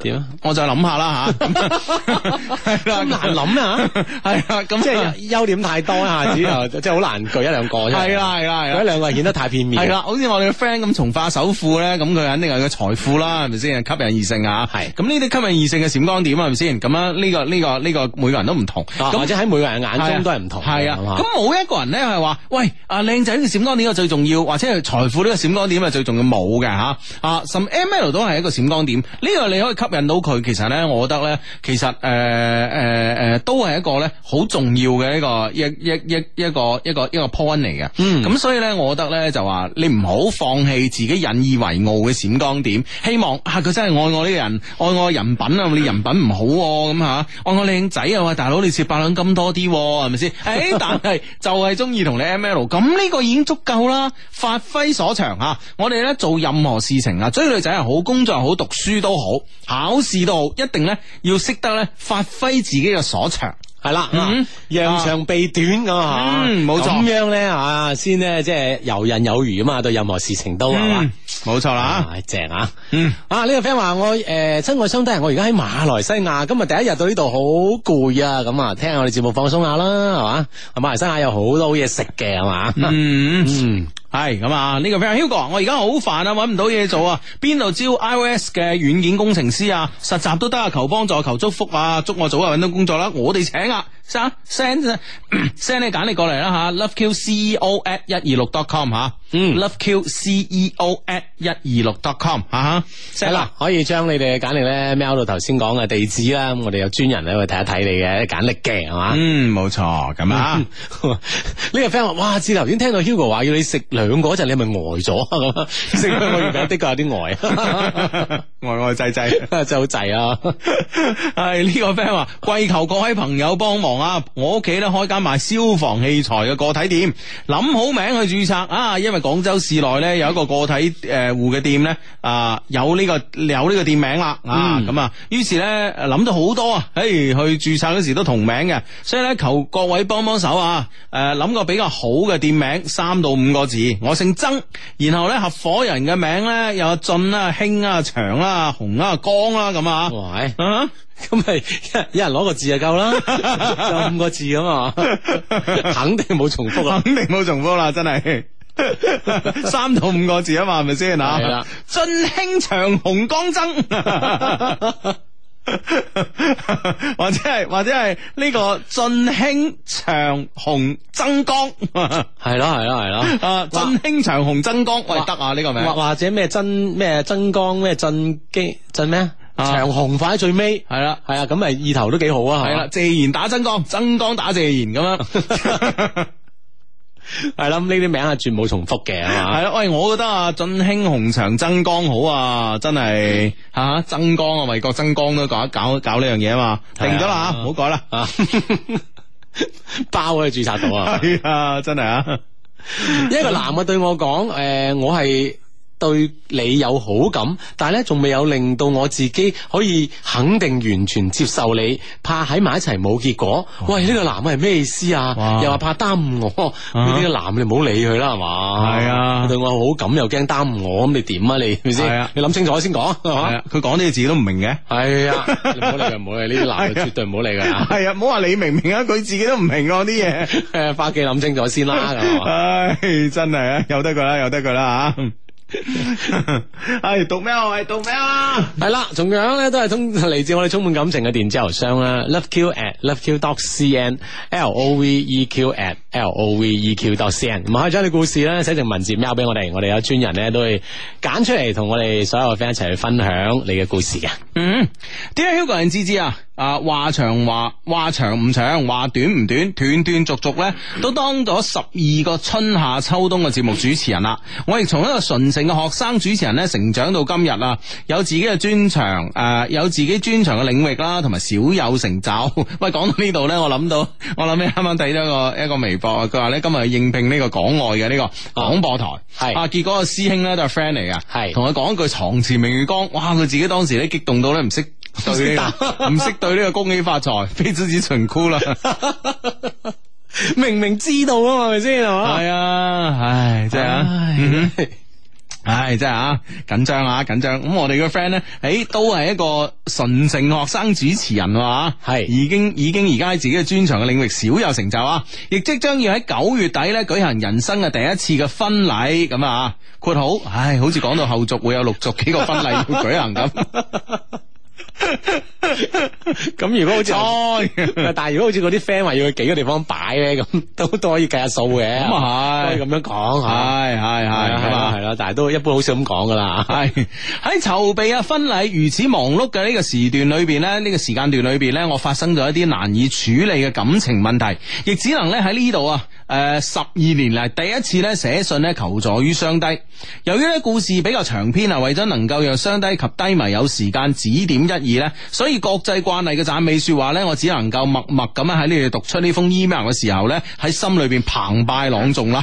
點 啊？
我再諗下啦吓，係啦
咁難諗啊！
係啦，咁 啊
即係優點太多，一下 子又即係好難舉一兩個啫。
係啦係啦係
舉
啦
一。兩個顯得太片面。
系啦，好似我哋嘅 friend 咁從化首富咧，咁佢肯定有個財富啦，係咪先？吸引異性啊，
係
咁呢啲吸引異性嘅閃光點係咪先？咁樣呢個呢個呢個每個人都唔同，
啊，
咁
或者喺每個人眼中都係唔同嘅。
係啊，
係嘛
咁冇一個人咧係話，喂，啊靚仔呢個閃光點係最重要，或者係財富呢個閃光點係最重要冇嘅吓，啊，甚 M L 都係一個閃光點，呢、個你可以吸引到佢，其實咧，我覺得咧，其實诶诶诶，都係一個咧好重要嘅一個一一一一個一個一個 point 嚟嘅，
嗯
咁所以咧，我覺得咧就話你唔好放棄自己引以為傲嘅閃光點，希望啊佢真係愛我呢個人，愛我人品啊，你人品唔好喎咁吓，愛我靚仔啊，喂大佬你似八兩金多啲喎係咪 先？誒、但係就係中意同你 M L，咁呢個已經足夠啦，發揮所長吓。我哋咧做任何事情啊，追女仔又好，工作又好，讀書都好，考試都好，一定咧要識得咧發揮自己嘅所長。
係啦，
嗯
啊揚長避短咁啊，
嗯冇錯
咁樣咧啊，先咧即係游刃有餘啊嘛，對任何事情都係嘛
嗯。，冇錯啦。
啊，正啊！
嗯
啊，呢、個 friend 話我诶，亲、愛相低，我而家喺馬來西亞，今日第一日到呢度好攰啊，咁啊，聽下我哋節目放鬆下啦，係嘛？馬來西亞有好多好嘢食嘅，係嘛？
嗯。
嗯，
系咁啊！呢、個 friend Hugo，我而家好煩啊，揾唔到嘢做啊，邊度招 iOS 嘅軟件工程師啊？實習都得啊，求幫助，求祝福啊，祝我早日揾到工作啦！我哋請啊，send send send 你簡歷過嚟啦吓，loveqceo at 一二六 dot com 吓，
嗯
，loveqceo at 一二六 dot com 吓
係
，send
啦
啦，，
可以將你哋嘅簡歷咧 mail 到頭先講嘅地址啦，咁我哋有專人咧去睇一睇你嘅簡歷嘅，係嘛？
嗯，冇錯，咁啊
呢。個 friend 話：，哇！自頭先聽到 Hugo 話要你食兩個嗰陣，你係咪呆咗咁啊？食兩個月餅
呆
的確有啲
呆滯滯。
呆， 真係好滯 啊！
系呢、個个 friend 话，跪求各位朋友幫忙啊！我屋企咧開間賣消防器材嘅個體店，諗好名去註冊啊！因為廣州市內咧有一個個體诶户嘅店咧，啊有呢、個有呢个店名啦啊
嗯
咁啊，於是咧諗咗好多啊，诶去註冊嗰時都同名嘅，所以咧求各位幫幫手啊！诶、諗個比較好嘅店名，三到五個字，我姓曾，然後咧合伙人嘅名咧有阿俊啦、興啊、長啦、紅啊、江啦咁啊。
喂！
啊！
咁咪一人一人攞個字就夠 啦，就五個字啊嘛，肯定冇重複啊啦。
肯定冇重複啦，真 係三到五個字啊嘛，係咪先
係
啊
啦？
俊興長紅江爭。 或者係或者係呢個俊興長紅爭 江
係咯係咯係咯。
啊，俊興長紅爭江，喂
哇
得啊呢個名
或或者咩真咩真光咩震機震咩啊？
啊
長虹快喺最尾，
係啦
係啊，咁咪意頭都幾好啊，
係
係
啦，
嘛？
謝賢打曾江，曾江打謝賢咁 樣。
係啦，咁呢啲名係絕冇重複嘅，係嘛
系？啦，喂，我覺得啊，俊興紅長增江好啊，真係吓
嗯
增江啊，為國增江都搞搞搞呢樣嘢啊嘛，
係啊
定咗啦吓，唔好改啦，
啊，包可以註冊到 啊！
係啊，真係啊，
一個男嘅對我講，诶、我係對你有好感，但係咧仲未有令到我自己可以肯定完全接受你，怕喺埋一齊冇結果。喂，呢、個男嘅係咩意思啊
哇？
又話怕耽誤我，
啊
呢、個男你唔好理佢啦，係嘛？
係啊
佢對我好感又驚耽誤我，咁你點啊？你係咪
係
先
啊？
你諗清楚先講，係
係
嘛
啊，佢講啲嘢自己都唔明嘅，
係啊，你唔好理佢，唔好理呢啲男
係
嘅
啊
絕對唔好理 佢啊！
係啊，唔好話你明唔明啊，佢自己都唔明嗰啲嘢。
誒，花記諗清楚先啦，咁係嘛
唉，真係啊，由得佢啦，由得佢啦吓。 系读咩啊？系读咩啊？
系啦，同樣咧都係充嚟自我哋充滿感情嘅電子郵箱啦，loveq at loveq dot cn l o v e q at l o v e q dot cn，咁可以將你故事咧寫成文字 mail 俾我哋，我哋有專人咧都會揀出嚟同我哋所有嘅 friend 一齊去分享你嘅故事嘅。
嗯，Dear Hugo 人芝芝啊，啊話長話話長唔長，話短唔短，斷斷續續咧都當咗十二個春夏秋冬嘅節目主持人啦。我亦從一個純情嘅學生主持人咧成長到今日啦，有自己嘅專長，誒、有自己專長嘅領域啦，同埋少有成就。 喂，講到呢度咧，我諗到 我諗起啱啱睇咗一個一個微博啊，佢話咧今日應聘呢個港外嘅呢、個廣播台，
係
啊，結果個師兄咧都係 friend 嚟嘅，
係
同佢講一句床前明月光，哇！佢自己當時咧激動到咧 唔識對呢個。唔識對呢個恭喜發財，非知子唇箍啦，
明明知道 啊嘛，係咪先係嘛？
係啊，唉， 真係啊
唉，
嗯哼 唉，真係啊，緊張啊，緊張。咁我哋個 friend 咧，誒，都係一個純情學生主持人啊，
係
已經已經而家喺自己嘅專長嘅領域少有成就啊，亦即將要喺九月底咧舉行人生嘅第一次嘅婚禮咁啊，括號，唉，好似講到後續會有陸續幾個婚禮要舉行咁。
咁如果好似
錯
但係如果好似嗰啲 friend 話要去幾個地方擺咧，咁都都可以計下數嘅。
咁啊係
可以咁樣講
系
嚇。
系
係
系
係
咁
啦
啊
係。啦，但係都一般好少咁講噶啦。
系喺籌備啊婚禮如此忙碌嘅呢個時段裏邊咧，呢、個時間段裏邊咧，我發生咗一啲難以處理嘅感情問題，亦只能咧喺呢度啊，誒十二年嚟第一次咧寫信咧求助於雙低。由於咧故事比較長篇啊，為咗能夠讓雙低及低迷有時間指點一二咧，所以國際慣例嘅讚美説話咧，我只能夠默默咁樣喺你哋讀出呢封 email 嘅時候咧，喺心裏邊澎湃朗誦啦。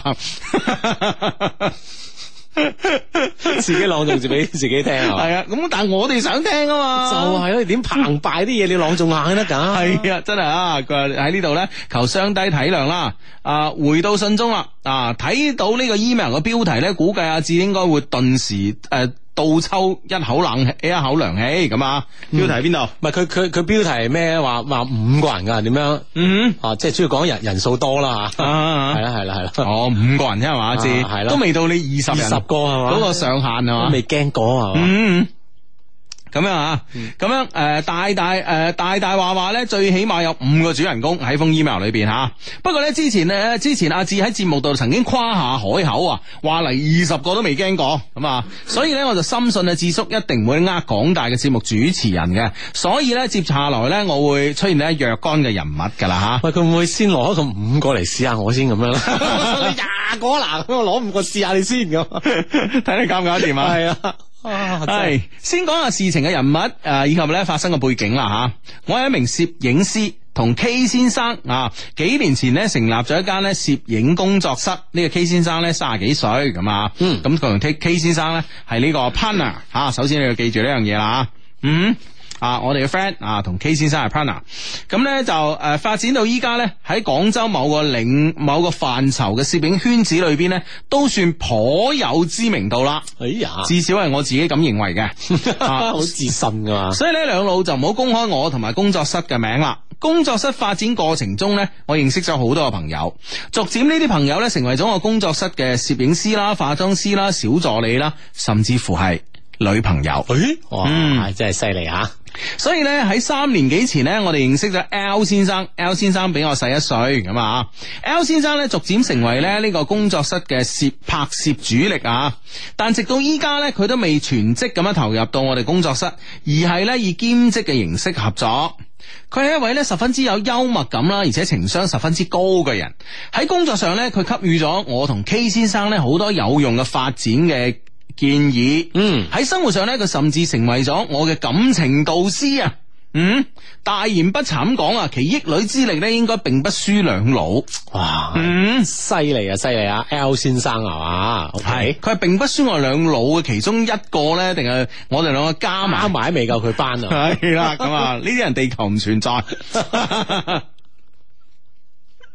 自己朗誦住俾自己聽啊！
係啊，咁但係我哋想聽啊嘛，
就係咯，你點澎湃啲嘢你朗誦下先得㗎。
系啊，真系啊！佢話喺呢度咧，求相低體諒啦。啊，回到信中啦，啊，睇到呢個 email 嘅標題咧，估計阿志應該會頓時诶倒抽一口冷氣，一口涼氣咁啊。
嗯
標題邊度？
唔係佢佢佢標題係咩啊話話五個人㗎點樣
嗯
啊？即係主要講人人數多啦嚇。
啊
係，啦係啦係啦，
哦，五個人啫係嘛，阿志
啊係啦
都未到你二
二
十人
十個啊係嘛？
嗰個上限係嘛
都？未驚過啊係嘛？
嗯。嗯咁樣啊，咁樣誒、呃大大誒、呃大大話話咧，最起碼有五個主人公喺封 email 裏邊嚇。不過咧，之前咧，之前阿志喺節目度曾經誇下海口啊，話嚟二十個都未驚過咁啊，所以咧我就深信啊，智叔一定唔會呃廣大嘅節目主持人嘅。所以咧，接下來咧，我會出現咧若干嘅人物㗎啦
喂，佢會唔會先攞個五個嚟試下我先咁樣 啦？你廿個嗱，咁我啊攞五個試下你先咁。
嚇。 睇你搞唔搞得掂啊？
係啊，啊真係
系先講下事情嘅人物诶、呃以及咧發生嘅背景啦吓。我係一名攝影師，同 K 先生啊，幾年前咧成立咗一間咧攝影工作室。呢、個 K 先生咧三十幾歲咁啊，嗯，咁佢同 K K 先生咧係呢個 partner 吓、首先你要記住呢樣嘢啦，嗯。啊！我哋嘅 friend 啊，同 K 先生係 partner，咁咧就誒、呃、發展到依家咧，喺廣州某個領某個範疇嘅攝影圈子裏邊咧，都算頗有知名度啦。
哎呀，
至少係我自己咁認為嘅。啊
好自信噶嘛。
所以呢兩老就唔好公開我同埋工作室嘅名啦。工作室發展過程中呢，我認識咗好多嘅朋友，逐漸呢啲朋友呢，成為咗我工作室嘅攝影師啦、化妝師啦、小助理啦，甚至乎係女朋友。
誒，哇，
嗯
真係犀利啊吓！
所以咧喺三年幾前咧，我哋認識咗 L 先生，L 先生比我細一歲咁啊。L 先生咧逐漸成為咧呢個工作室嘅攝拍攝主力啊，但直到依家咧佢都未全職咁樣投入到我哋工作室，而係咧以兼職嘅形式合作。佢係一位咧十分之有幽默感啦，而且情商十分之高嘅人。喺工作上咧，佢給予咗我同 K 先生咧好多有用嘅發展嘅建議。
嗯，
喺生活上咧，佢甚至成為咗我嘅感情導師啊！嗯，大言不慚咁講啊，其益女之力咧，應該並不輸兩老。
哇，
嗯。
犀利啊，犀利啊！L 先生係嘛
系
？OK，，
佢係並不輸我兩老嘅其中一個咧，定係我哋兩個加埋
啱埋都未夠佢班啊！
系啦，咁啊，呢啲人地球唔存在。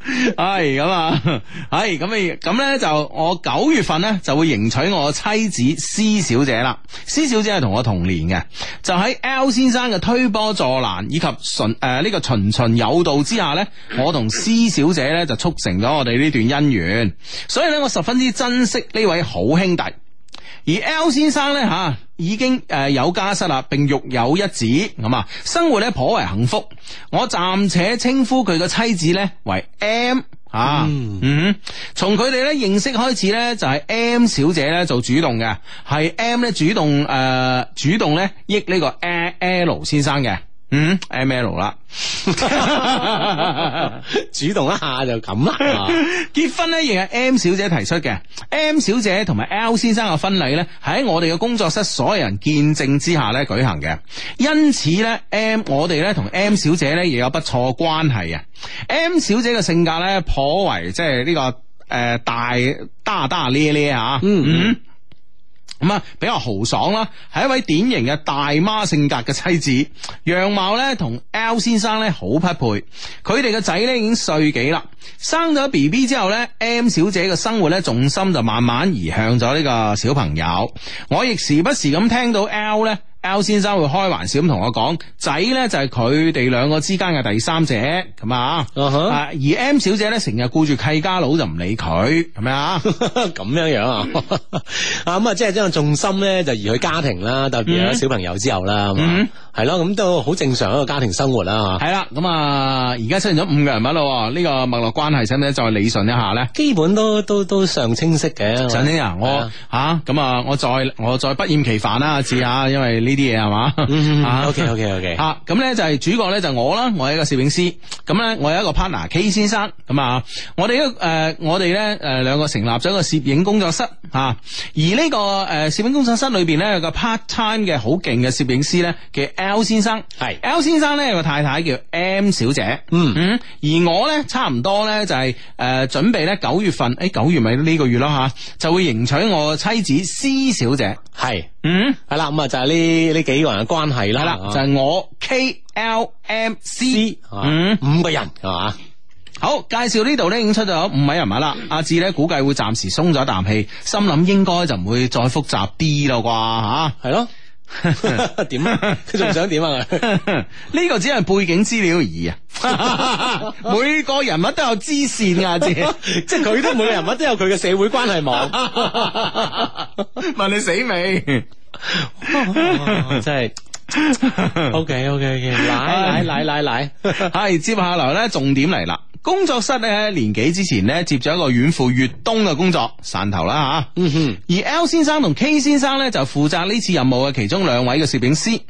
系咁啊，系咁啊，咁咧就我九月份咧就會迎娶我妻子施小姐啦。施小姐係同我同年嘅，就喺 L 先生嘅推波助瀾以及循诶呢個循循有道之下咧，我同施小姐咧就促成咗我哋呢段姻緣，所以咧我十分之珍惜呢位好兄弟。而 L 先生咧吓、已經誒有家室啦，並育有一子咁啊，生活咧頗為幸福。我暫且稱呼佢嘅妻子咧為 M 啊，嗯，從佢哋咧認識開始咧，就係、M 小姐咧做主動嘅，係 M 咧主動誒、呃主動咧益呢個 L 先生嘅，嗯，M L 啦。
主動一下就咁啦，
結婚咧亦係 M 小姐提出嘅，M 小姐同埋 L 先生嘅婚禮咧，喺我哋嘅工作室所有人見證之下咧舉行嘅，因此咧 M 我哋咧同 M 小姐咧亦有不錯嘅關係啊。M 小姐嘅性格咧頗為即係呢個誒、呃大大大咧咧啊，嗯嗯。咁啊，比較豪爽啦，係一位典型嘅大媽性格嘅妻子，樣貌咧同 L 先生咧好匹配。佢哋嘅仔咧已經歲幾啦，生咗 B B 之後咧，M 小姐嘅生活咧重心就慢慢移向咗呢個小朋友。我亦時不時咁聽到 L 咧。L 先生會開玩笑咁同我講，仔呢就係佢哋兩個之間嘅第三者咁啊
啊哈
啊而 M 小姐呢，成日顧住契家佬就唔理佢，係咪啊？
咁樣樣啊，
嗯
啊咁啊，即係將重心咧就移去家庭啦，特別有小朋友之後啦，係嘛
嗯
係咯，咁都好正常一個家庭生活啦嚇
系啊啦，咁啊，而家出現咗五個人物咯，呢、個脈絡關係使唔使再理順一下咧？
基本都都都尚清晰嘅，
陳先啊，我吓咁啊，我再我再不厭其煩啦，阿志啊，因為呢啲嘢係
嗯
嘛啊
OK OK OK，
啊，咁咧就係主角咧就我啦，我係一個攝影師，咁咧我有一個 partner K 先生，咁啊，我哋一誒我哋咧誒兩個成立咗一個攝影工作室嚇、啊而呢、個誒、呃、攝影工作室裏邊咧有個 part time 嘅好勁嘅攝影師咧叫 L 先生，
係
L 先生咧有個太太叫 M 小姐，
嗯
嗯，而我咧差唔多咧就係、誒、呃、準備咧九月份，誒九月咪呢個月啦嚇、就會迎娶我妻子 C 小姐，
係
嗯。
係啦，咁啊就係呢呢幾個人嘅關係
系
啦，啊
啦，就係我 K L M C，
嗯
嗯，
五個人係嘛，
好，介紹呢度咧已經出咗五位人物啦。阿志咧估計會暫時鬆咗一啖氣，心諗應該就唔會再複雜啲咯啩啊吓。
係咯，點啊？佢仲想點啊？佢
呢個只係背景資料而已啊， 每個人物都有支線噶，阿志，
即係佢都每個人物都有佢嘅社會關係網。
問你死未？
哦 真係 OK OK OK，嚟嚟嚟嚟 嚟，
系接下來咧，重點嚟啦。工作室咧年幾之前咧接咗一個遠赴粵東嘅工作，汕頭啦吓。嗯哼。而 L 先生同 K 先生咧就負責呢次任務嘅其中兩位嘅攝影師。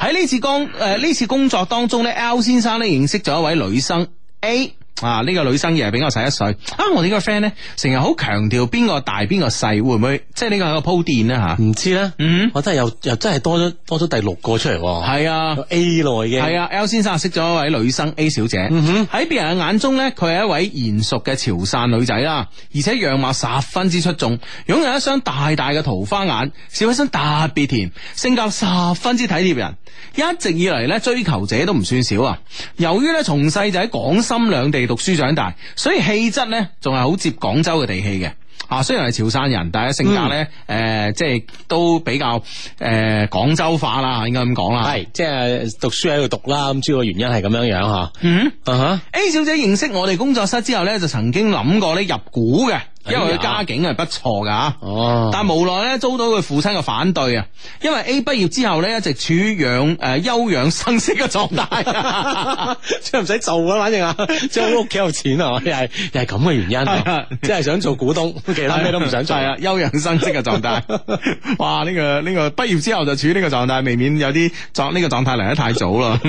喺呢次工誒呢次工作當中咧，L 先生咧認識咗一位女生 A。啊！呢、個女生亦係比我細一歲啊！我呢個 friend 咧，成日好強調邊個大邊個細，會唔會即係呢個係個鋪墊咧吓？
唔知咧，
嗯
我真係又又真係多咗多咗第六個出嚟喎，
係啊
有 A 內嘅，
系啊，L 先生識咗一位女生 A 小姐，喺別人嘅眼中呢，佢係一位賢淑嘅潮汕女仔啦，而且樣貌十分之出眾，擁有一雙大大嘅桃花眼，笑起身特別甜，性格十分之體貼人，一直以嚟呢，追求者都唔算少啊。由於呢，從細就喺廣深兩地讀書長大，所以氣質呢，仲係好接廣州嘅地氣嘅。啊，雖然係潮汕人，但係性格呢，誒、即係都比較誒、廣州化啦，應該咁講啦。
係即係讀書喺度讀啦，咁主要嘅原因係咁樣樣嚇，啊
嗯。
哈
A 小姐認識我哋工作室之後咧，就曾經諗過咧入股嘅，因為
哎呀
佢家境係不錯噶吓。
哦，
但無奈咧遭到佢父親嘅反對啊，因為 A 畢業之後咧一直處於養誒休養生息嘅狀 態。
即係唔使做啦，反正 啊，即係屋企有錢啊，又係又係咁嘅原因
係
啊
啊，
即係想做股東， 其他咩都唔想做
係。啊，休養生息嘅狀態。 哇，呢、個呢、個畢業之後就處於呢個狀態，未免有啲狀呢、個狀態嚟得太早啦。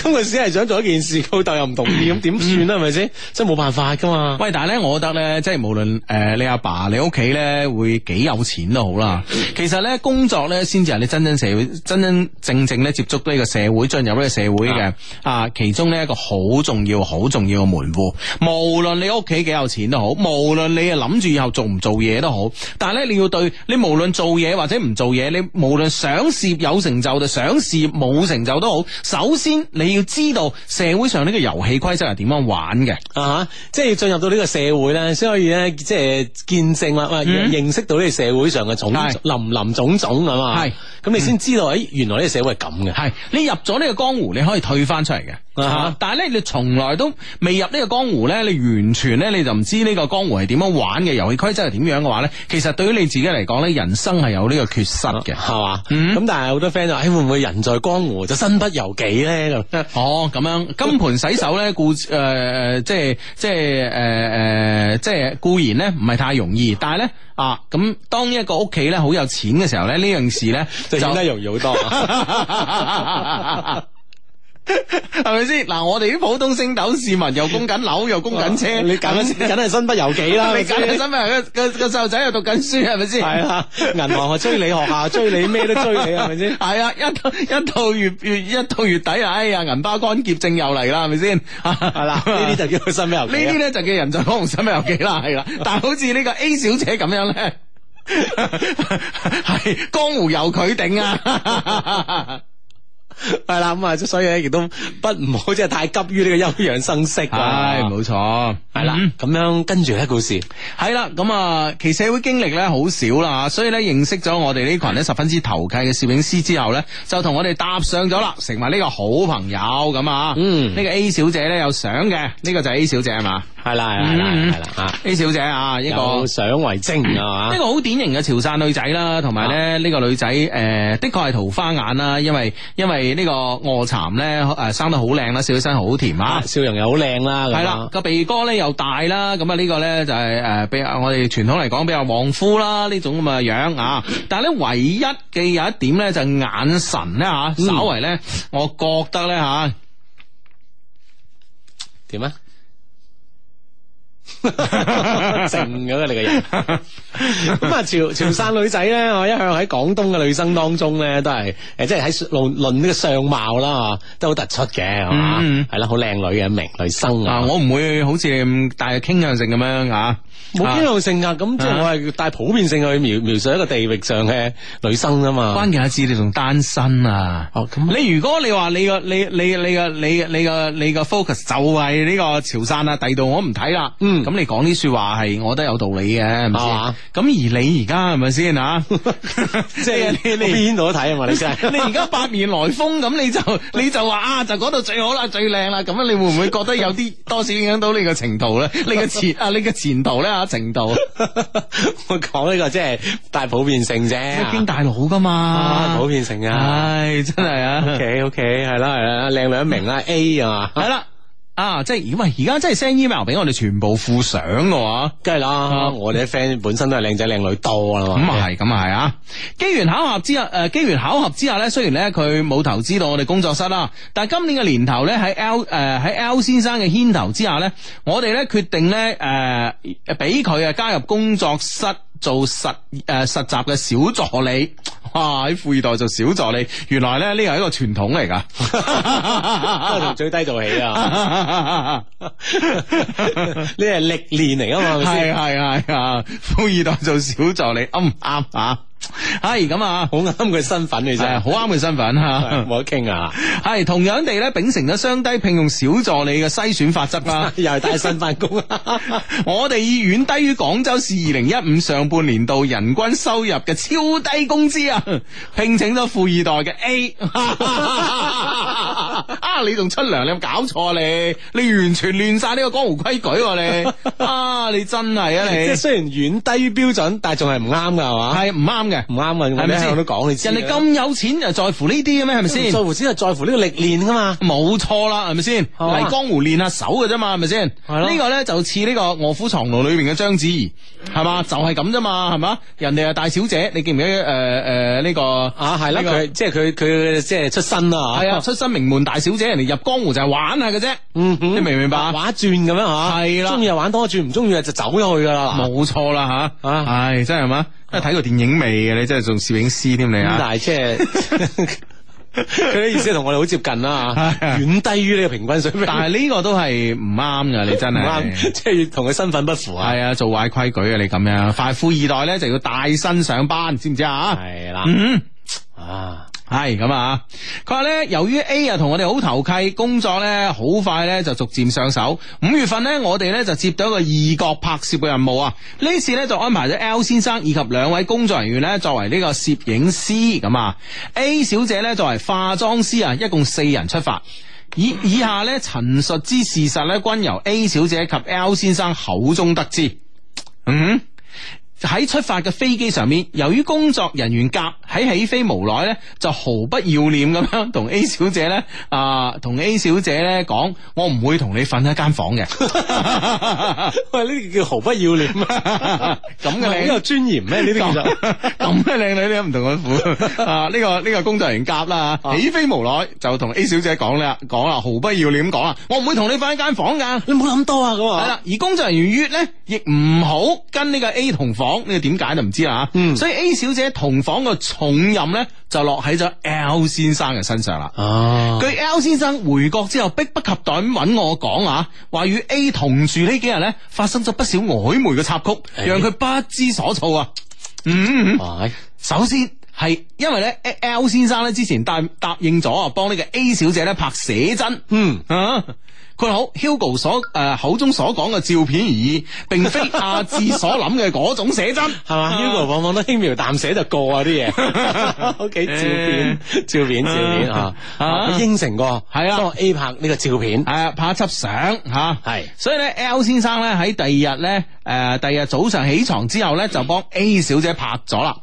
咁佢只係想做一件事，佢老豆又唔同意， 咁點算啊？係咪先？真係冇辦法噶嘛。
喂，但係咧，我覺得咧，即係無論誒、呃你阿爸、你屋企咧，會幾有錢都好啦。其實咧，工作咧，先至係你真真社會、真真正正咧接觸呢個社會、進入呢個社會嘅啊，其中呢一個好重要、好重要嘅門戶。無論你屋企幾有錢都好，無論你係諗住以後做唔做嘢都好，但係咧，你要對你無論做嘢或者唔做嘢，你無論想事業有成就就想事業冇成就都好，首先你要知道社會上呢個遊戲規則係點樣玩嘅。
啊哈！即係要進入到呢個社會咧，先可以咧，即係見證啦，喂、認識到呢個社會上嘅種
係
林林種種啊嘛。
係
哎咁，你先知道，誒、原來呢個社會係咁嘅。
系你入咗呢個江湖，你可以退翻出嚟嘅。啊但係咧你從來都未入呢個江湖咧，你完全咧你就唔知呢個江湖係點樣玩嘅，遊戲規則係點樣嘅話咧，其實對於你自己嚟講咧，人生係有呢個缺失嘅。
系嘛？
嗯
咁但係好多 friend 就話：，誒哎會唔會人在江湖就身不由己咧？咁
哦，咁樣金盆洗手咧，固誒、呃、即係即係誒誒，即係固然咧唔係太容易，但係咧啊，咁當一個屋企咧好有錢嘅時候咧，呢樣事咧
就顯得容易好 多。
系 咪先？嗱，我哋啲普通升斗市民又供緊樓，又供緊車，
啊你梗
係咪先
梗係身不由己 啦，
你梗係
係
身份個個細路仔又讀緊書，係咪先？
啦， 銀行啊追你，學校追你，咩都追你，係咪先？
係啊，一到一到月月一到月底啊，哎呀，銀包乾結症又嚟啦，係咪先？係
係啦，呢啲就叫身不由己
呢
啊。
啲咧就叫人在江湖身不由己啦， 係啦。但係好似呢個 A 小姐咁樣咧， 係江湖由佢定 啊。
系啦，咁啊，所以咧亦都不唔好即系太急於呢個休養生息啊。嗯
唉，冇錯，
係啦，咁樣跟住咧故事，
系啦，咁啊，其社會經歷咧好少啦，所以咧認識咗我哋呢群咧十分之投契嘅攝影師之後咧，就同我哋搭上咗啦，成為呢個好朋友咁啊。
嗯
呢個 A 小姐咧有相嘅，呢、個就係 A 小姐係嘛
係啦係啦係啦係啦啊，
？A 小姐啊，一個
有相為 精啊
呢
嘛，
個好典型嘅潮汕女仔啦，同埋咧呢個女仔誒、呃的確係桃花眼啦，因為因為呢個卧蠶咧誒生得好靚啦，笑起身好甜啊
啊，。笑容又好靚啦，咁
系啦，
啊，
個鼻哥咧又大啦，咁啊呢個咧就係誒比較我哋傳統嚟講比較旺夫啦呢種咁嘅樣啊，但係咧唯一嘅有一點咧就係眼神咧嚇，稍為咧我覺得啊咧嚇。
點啊？ 靜咗嘅你個 人，咁啊潮潮汕女仔咧，我一向喺廣東嘅女生當中咧，都係诶，誒即係喺論論呢個相貌啦，都好突出嘅，係嘛，
嗯
係啦，好靚女嘅明女生
啊！
啊，
我唔會好似你咁大傾向性咁樣啊，
冇
啊
傾向性啊，咁即係
啊
我係帶普遍性去描描述一個地域上嘅女生啊嘛。
關鍵係知你仲單身啊！
哦，咁
你如果你話你個你你你個你你個你個 focus 就係呢個潮汕啦，第二度我唔睇啦。
嗯
咁你講啲说話係，我覺得有道理嘅，係咪
係
先
嘛？
咁而你而家係咪先啊？即
即係
你
你
你
邊度都睇啊嘛，你真係
你而家百面來風，咁你就你就話啊，就嗰度最好啦，最靚啦，咁樣你會唔會覺得有啲多少影響到你嘅前途 咧？你嘅前啊，你嘅前途咧啊，程度
我講呢個即係帶普遍性
經
啫，
大佬噶
啊，普
嘛？
遍性啊。
唉，真係啊！
OK OK，係啦係啦，靚女一名啦 A 啊
系
嘛，
啦。啊，即系喂，而家真系 send email 俾我哋全部附相嘅话，
梗係啦，我哋啲 friend 本身都係靚仔靚女多啦嘛。
咁啊系，咁啊系啊。机缘巧合之下，诶、呃機机缘巧合之下咧，雖然咧佢冇投資到我哋工作室啦，但系今年嘅年頭咧喺 L 诶、喺 L 先生嘅牽頭之下咧，我哋咧決定咧诶俾佢啊加入工作室。做實誒、呃、實習嘅小助理，哇！喺富二代做小助理，原來咧呢個係一個傳統嚟
都
㗎
係 從。最低做起啊，
係
呢係歷練嚟啊嘛，係咪先？
係係啊！富二代做小助理啱唔啱啊？係咁啊，
好啱佢身份嘅
係啊
啫，
好啱佢身份吓
係，冇得傾啊，
係同樣地咧，秉承咗雙低聘用小助理嘅篩選法則 啦。
又係帶薪返 工啊。
我哋以遠低於廣州市二零一五上半年度人均收入嘅超低工資啊，聘請咗富二代嘅 A。啊！你仲出糧？你有冇搞錯啊你？你完全亂晒呢個江湖規矩喎、你！啊！你真係啊
即
你
係！雖然遠低於標準，但係仲係唔啱噶，係嘛？
係唔啱嘅，
唔啱啊！
係
我
咪
哋
先
我都講你知啊，
人哋咁有錢就在乎呢啲嘅咩？係咪
唔
先
在？乎先係在乎呢個歷練噶嘛。
冇錯啦，係咪先？
係嘛
嚟江湖練下手嘅啫哦嘛，係咪先？
係咯
呢個咧就似呢個《卧虎藏龍》裏面嘅章子怡，係嘛？就係咁啫嘛，係嘛？人哋係大小姐，你記唔記得誒誒呢個
啊，係啦，
呢個
佢即係佢佢即係出身啦，
係啊，，出身名門大小姐，人哋入江湖就係玩下嘅啫，
嗯哼
你明唔明白啊？
玩一轉咁樣嚇，
係啦
中意就玩多轉，唔中意就走咗去噶啦。嗱
冇錯啦吓，
啊
唉，真係嘛？真係睇過電影未嘅？你真係做攝影師添你
咁
啊！
但係即係 佢啲意思係同我哋好接近啦
係
嚇，
係
遠低於呢個平均水平，
但係呢個都係唔啱㗎，你真
唔
係
啱，即係同佢身份不符啊。
系啊，做壞規矩啊！你咁樣，快富二代咧就要帶薪上班，知唔知啊？
係啦，
嗯。
啊，
係咁啊！佢話咧，由於 A 啊同我哋好投契，工作咧好快咧就逐漸上手。五月份咧，我哋咧就接到一個異國拍攝嘅任務啊！呢次咧就安排咗 L 先生以及兩位工作人員咧作為呢個攝影師咁啊。A 小姐咧作為化妝師啊，一共四人出發。以以下咧陳述之事實咧，均由 A 小姐及 L 先生口中得知。嗯。喺出發嘅飛機上面，由於工作人員甲喺起飛無耐咧，就毫不要臉咁樣同 A 小姐咧啊，同 A 小姐咧講，我唔會同你瞓一間 房嘅。
喂，呢啲叫毫不要臉啊！
咁嘅
唔係
你哦
好有尊嚴咩？呢啲叫做
咁嘅靚女你都唔同我苦啊！呢、個呢、個工作人員夾啦，
啊
起飛無耐就同 A 小姐講啦，講啦，毫不要臉講啦，我唔會同你翻一間房㗎。
你唔好諗多啊咁
係
啊！
啦，而工作人員月咧，亦唔好跟呢個 A 同房，呢、個點解就唔知啦吓。
嗯
所以 A 小姐同房個重任咧，就落喺咗 L 先生嘅身上啦。
哦，
據 L 先生回國之後，迫不及待咁揾我講啊，話與 A 同住呢幾日咧，發生咗不少曖昧嘅插曲，
哎
讓佢不知所措啊。嗯，嗯
喂，
首先係因為咧，L 先生咧之前答答應咗啊，幫呢個 A 小姐咧拍寫真。
嗯，
啊！佢好 Hugo 所誒、呃口中所講嘅照片而已，並非阿志所諗嘅嗰種寫 真，
係嘛？Hugo 往往都輕描淡寫就過啊 啲嘢。OK，照片，照片，照片啊！
啊
佢應承過，
嗯係啊
幫我 A 拍呢個照片，
係啊，拍一輯相吓，
係
所以咧，L 先生咧喺第二日咧，誒、第二日早上起床之後咧，就幫 A 小姐拍咗啦。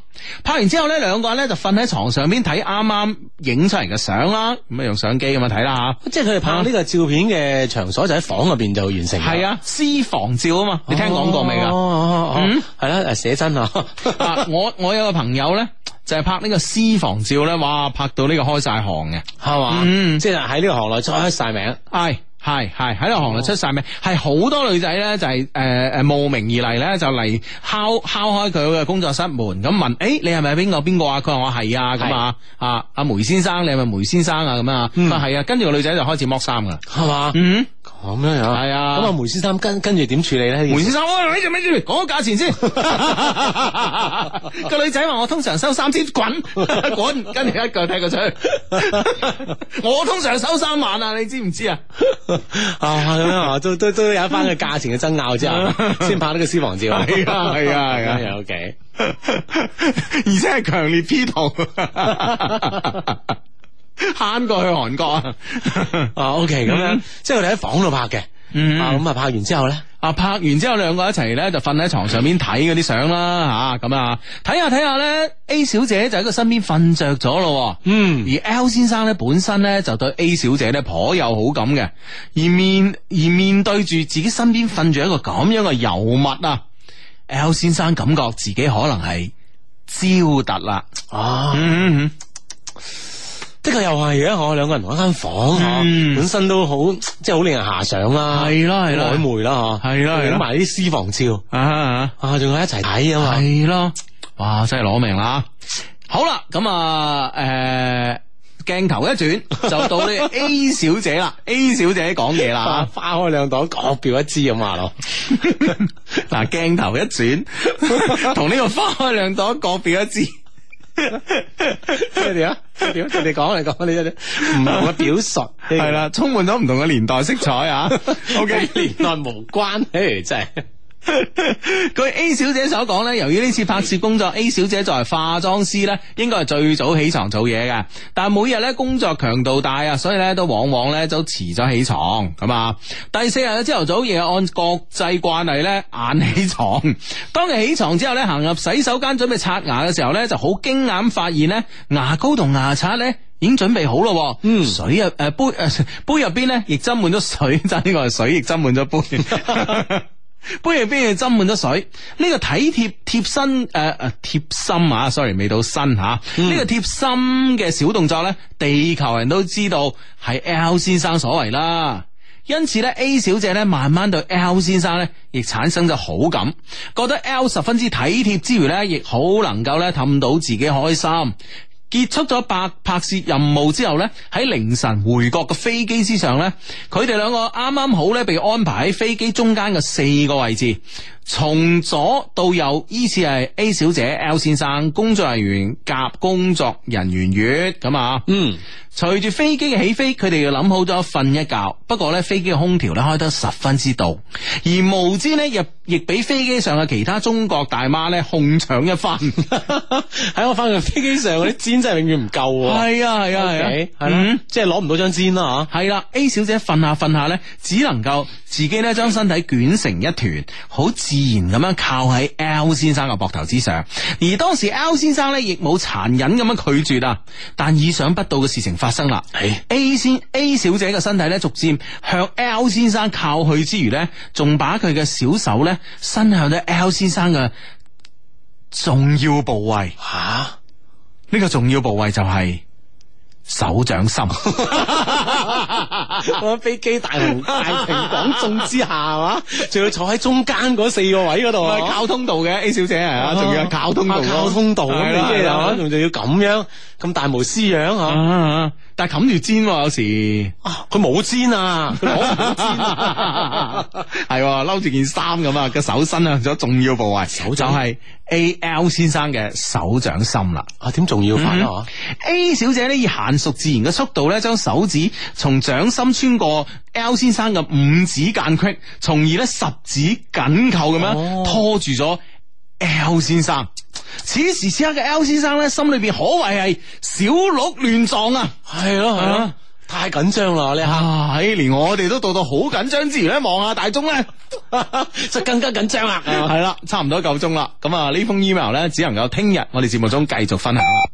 拍完之後咧，兩個人咧就瞓喺床上邊睇啱啱影出嚟嘅相啦，咁啊用相機咁樣睇啦
即係佢哋拍呢個照片嘅場所就喺房入邊就完成。
吓，啊係
啊，
啊，私房照啊嘛，你聽講過未啊？
哦哦哦
嗯
哦，係啦，誒寫 真啊，
啊我我有個朋友咧，就係、拍呢個私房照咧，哇，拍到呢個開晒行嘅。
係嘛？
嗯
即係喺呢個行內出開晒名。
系系系喺度行內出晒名，係好多女仔咧就係诶诶慕名而嚟咧，就嚟敲敲開佢嘅工作室門，咁問：诶、你係咪邊個邊個啊？佢話我係啊，咁啊啊阿梅先生，你係咪梅先生啊？咁啊，佢話係啊，跟住個女仔就開始剝衫噶，
係嘛？
嗯，
咁樣樣
係啊
咁啊，梅先生跟跟住點處理咧？
梅先生，喂，咪住咪住，講個價錢先。 個女仔話：我通常收三千，滾 滾，跟住一腳踢佢出去。 我通常收三萬啊，你知唔知啊？
啊，咁樣啊，都都都有一番嘅價錢嘅爭拗 之後， 先拍呢個私房照。
係啊係啊係啊
咁樣，OK。
而且係強烈 P 圖， 慳過去韓國啊！
啊，OK，咁樣，即係佢哋喺房度拍嘅。
嗯
啊，咁啊，拍完之後咧，
啊，拍完之後兩個一齊咧就瞓喺床上面睇嗰啲相啦吓，咁啊睇下睇下咧，A 小姐就喺佢身邊瞓着咗咯喎。
嗯，
而 L 先生咧本身咧就對 A 小姐咧頗有好感嘅，而面而面對住自己身邊瞓住一個咁樣嘅尤物啊，L 先生感覺自己可能係焦突啦。
啊，
嗯嗯
的確又係嘅，我兩個人同一間房，嗬，本身都好，即係好令人遐想啦，
嗯係啊啦係啦
曖昧啦，嗬，
係啦係啦
影埋啲私房照，
啊啊
啊，仲有一齊睇啊嘛，
系咯，哇，真系攞命啦！好啦，咁啊，诶、镜頭一轉 就到呢 A 小姐啦，A 小姐講嘢啦
啊，，花開兩朵，各表一枝啊咁話 咯，
嗱鏡頭一 轉，同呢個花開兩朵各表一枝。
即係點啊？即係點？你講嚟講，你有啲唔同嘅表 述，
系啦，充滿咗唔同嘅年代色彩 啊。OK，
年代無關，誒真係
據 A 小姐所講咧，由於呢次拍攝工作，A 小姐作為化妝師咧，應該係最早起床做嘢嘅。但每日咧工作強度大啊，所以咧都往往咧都遲咗起床咁啊。第四日嘅朝頭早，亦係按國際慣例咧晏起床。 當日起床之後咧，行入洗手間準備刷牙嘅時候咧，就好驚訝咁發現咧，牙膏同牙刷咧。已經準備好咯，嗯，水入誒、杯誒、杯入邊咧，亦斟滿咗水，真係呢個係水，亦斟滿咗杯。 杯入邊斟滿咗水，呢、個體貼貼身誒誒貼心啊，sorry 未到身吓，呢、個貼心嘅小動作呢，地球人都知道係 L 先生所為啦。因此咧，A 小姐咧慢慢對 L 先生咧，亦產生咗好感，覺得 L 十分之體貼之餘咧，亦好能夠咧氹到自己開心。結束咗拍拍攝任務之後呢，喺凌晨回國嘅飛機之上呢，佢哋兩個啱啱好呢，被安排喺飛機中間嘅四個位置。從左到右，依次係 A 小姐、L 先生、工作人員夾工作人員月咁啊。
嗯，
隨住飛機嘅起飛，佢哋要諗好咗瞓一覺。不過呢，飛機嘅空調呢開得十分之度，而無知呢，亦亦俾飛機上嘅其他中國大媽呢控搶一番。
喺我翻去飛機上嗰啲氈真係永遠唔夠喎。
係啊，係啊，係
OK，
啊，
係啦，即係攞唔到張氈啦
係啦，A 小姐瞓下瞓下呢，只能夠自己呢將身體捲成一團，好自然咁樣靠喺 L 先生嘅膊頭之上。而當時 L 先生呢，亦冇殘忍咁樣拒絕啊。但意想不到嘅事情發生啦。A 先 A 小姐嘅身體呢，逐漸向 L 先生靠去之餘呢，仲把佢嘅小手呢伸向咗 L 先生嘅重要部位。
吓，吓，
呢、個重要部位就係手掌心。
我喺飛機 大紅大庭廣眾之下係嘛，仲要坐喺中間嗰四個位嗰度啊，
靠通道嘅 A 小姐係啊，仲要係靠通道
啊
咯，
靠通道咁
係
你
啦
即係
係啦
啊仲仲要咁樣咁大無私樣
啊
啊！
啊啊但係冚住氈喎，有 時
啊佢冇氈啊，佢攞唔到氈啊！
係喎嬲住件衫咁啊，個手伸向咗重要部位，手就
掌
係 A L 先生嘅手掌心啦。
啊，點仲要法啊？
嗯 A 小姐呢以娴熟自然嘅速度呢，將手指從掌心穿過 L 先生嘅五指間隙，從而呢十指緊扣咁樣
哦
拖住咗 L 先生。此時此刻嘅 L 先生呢，心裏邊可謂係小鹿亂撞啊！
係咯係咯
啊，
太緊張啦呢下，
啊，唉連我哋都到到好緊張之餘呢，望下大鐘 呢。
就更加緊張啦。
啊係啦，差唔多夠鐘啦。咁啊，呢封 email 呢，只能夠聽日我哋節目中繼續分享啦。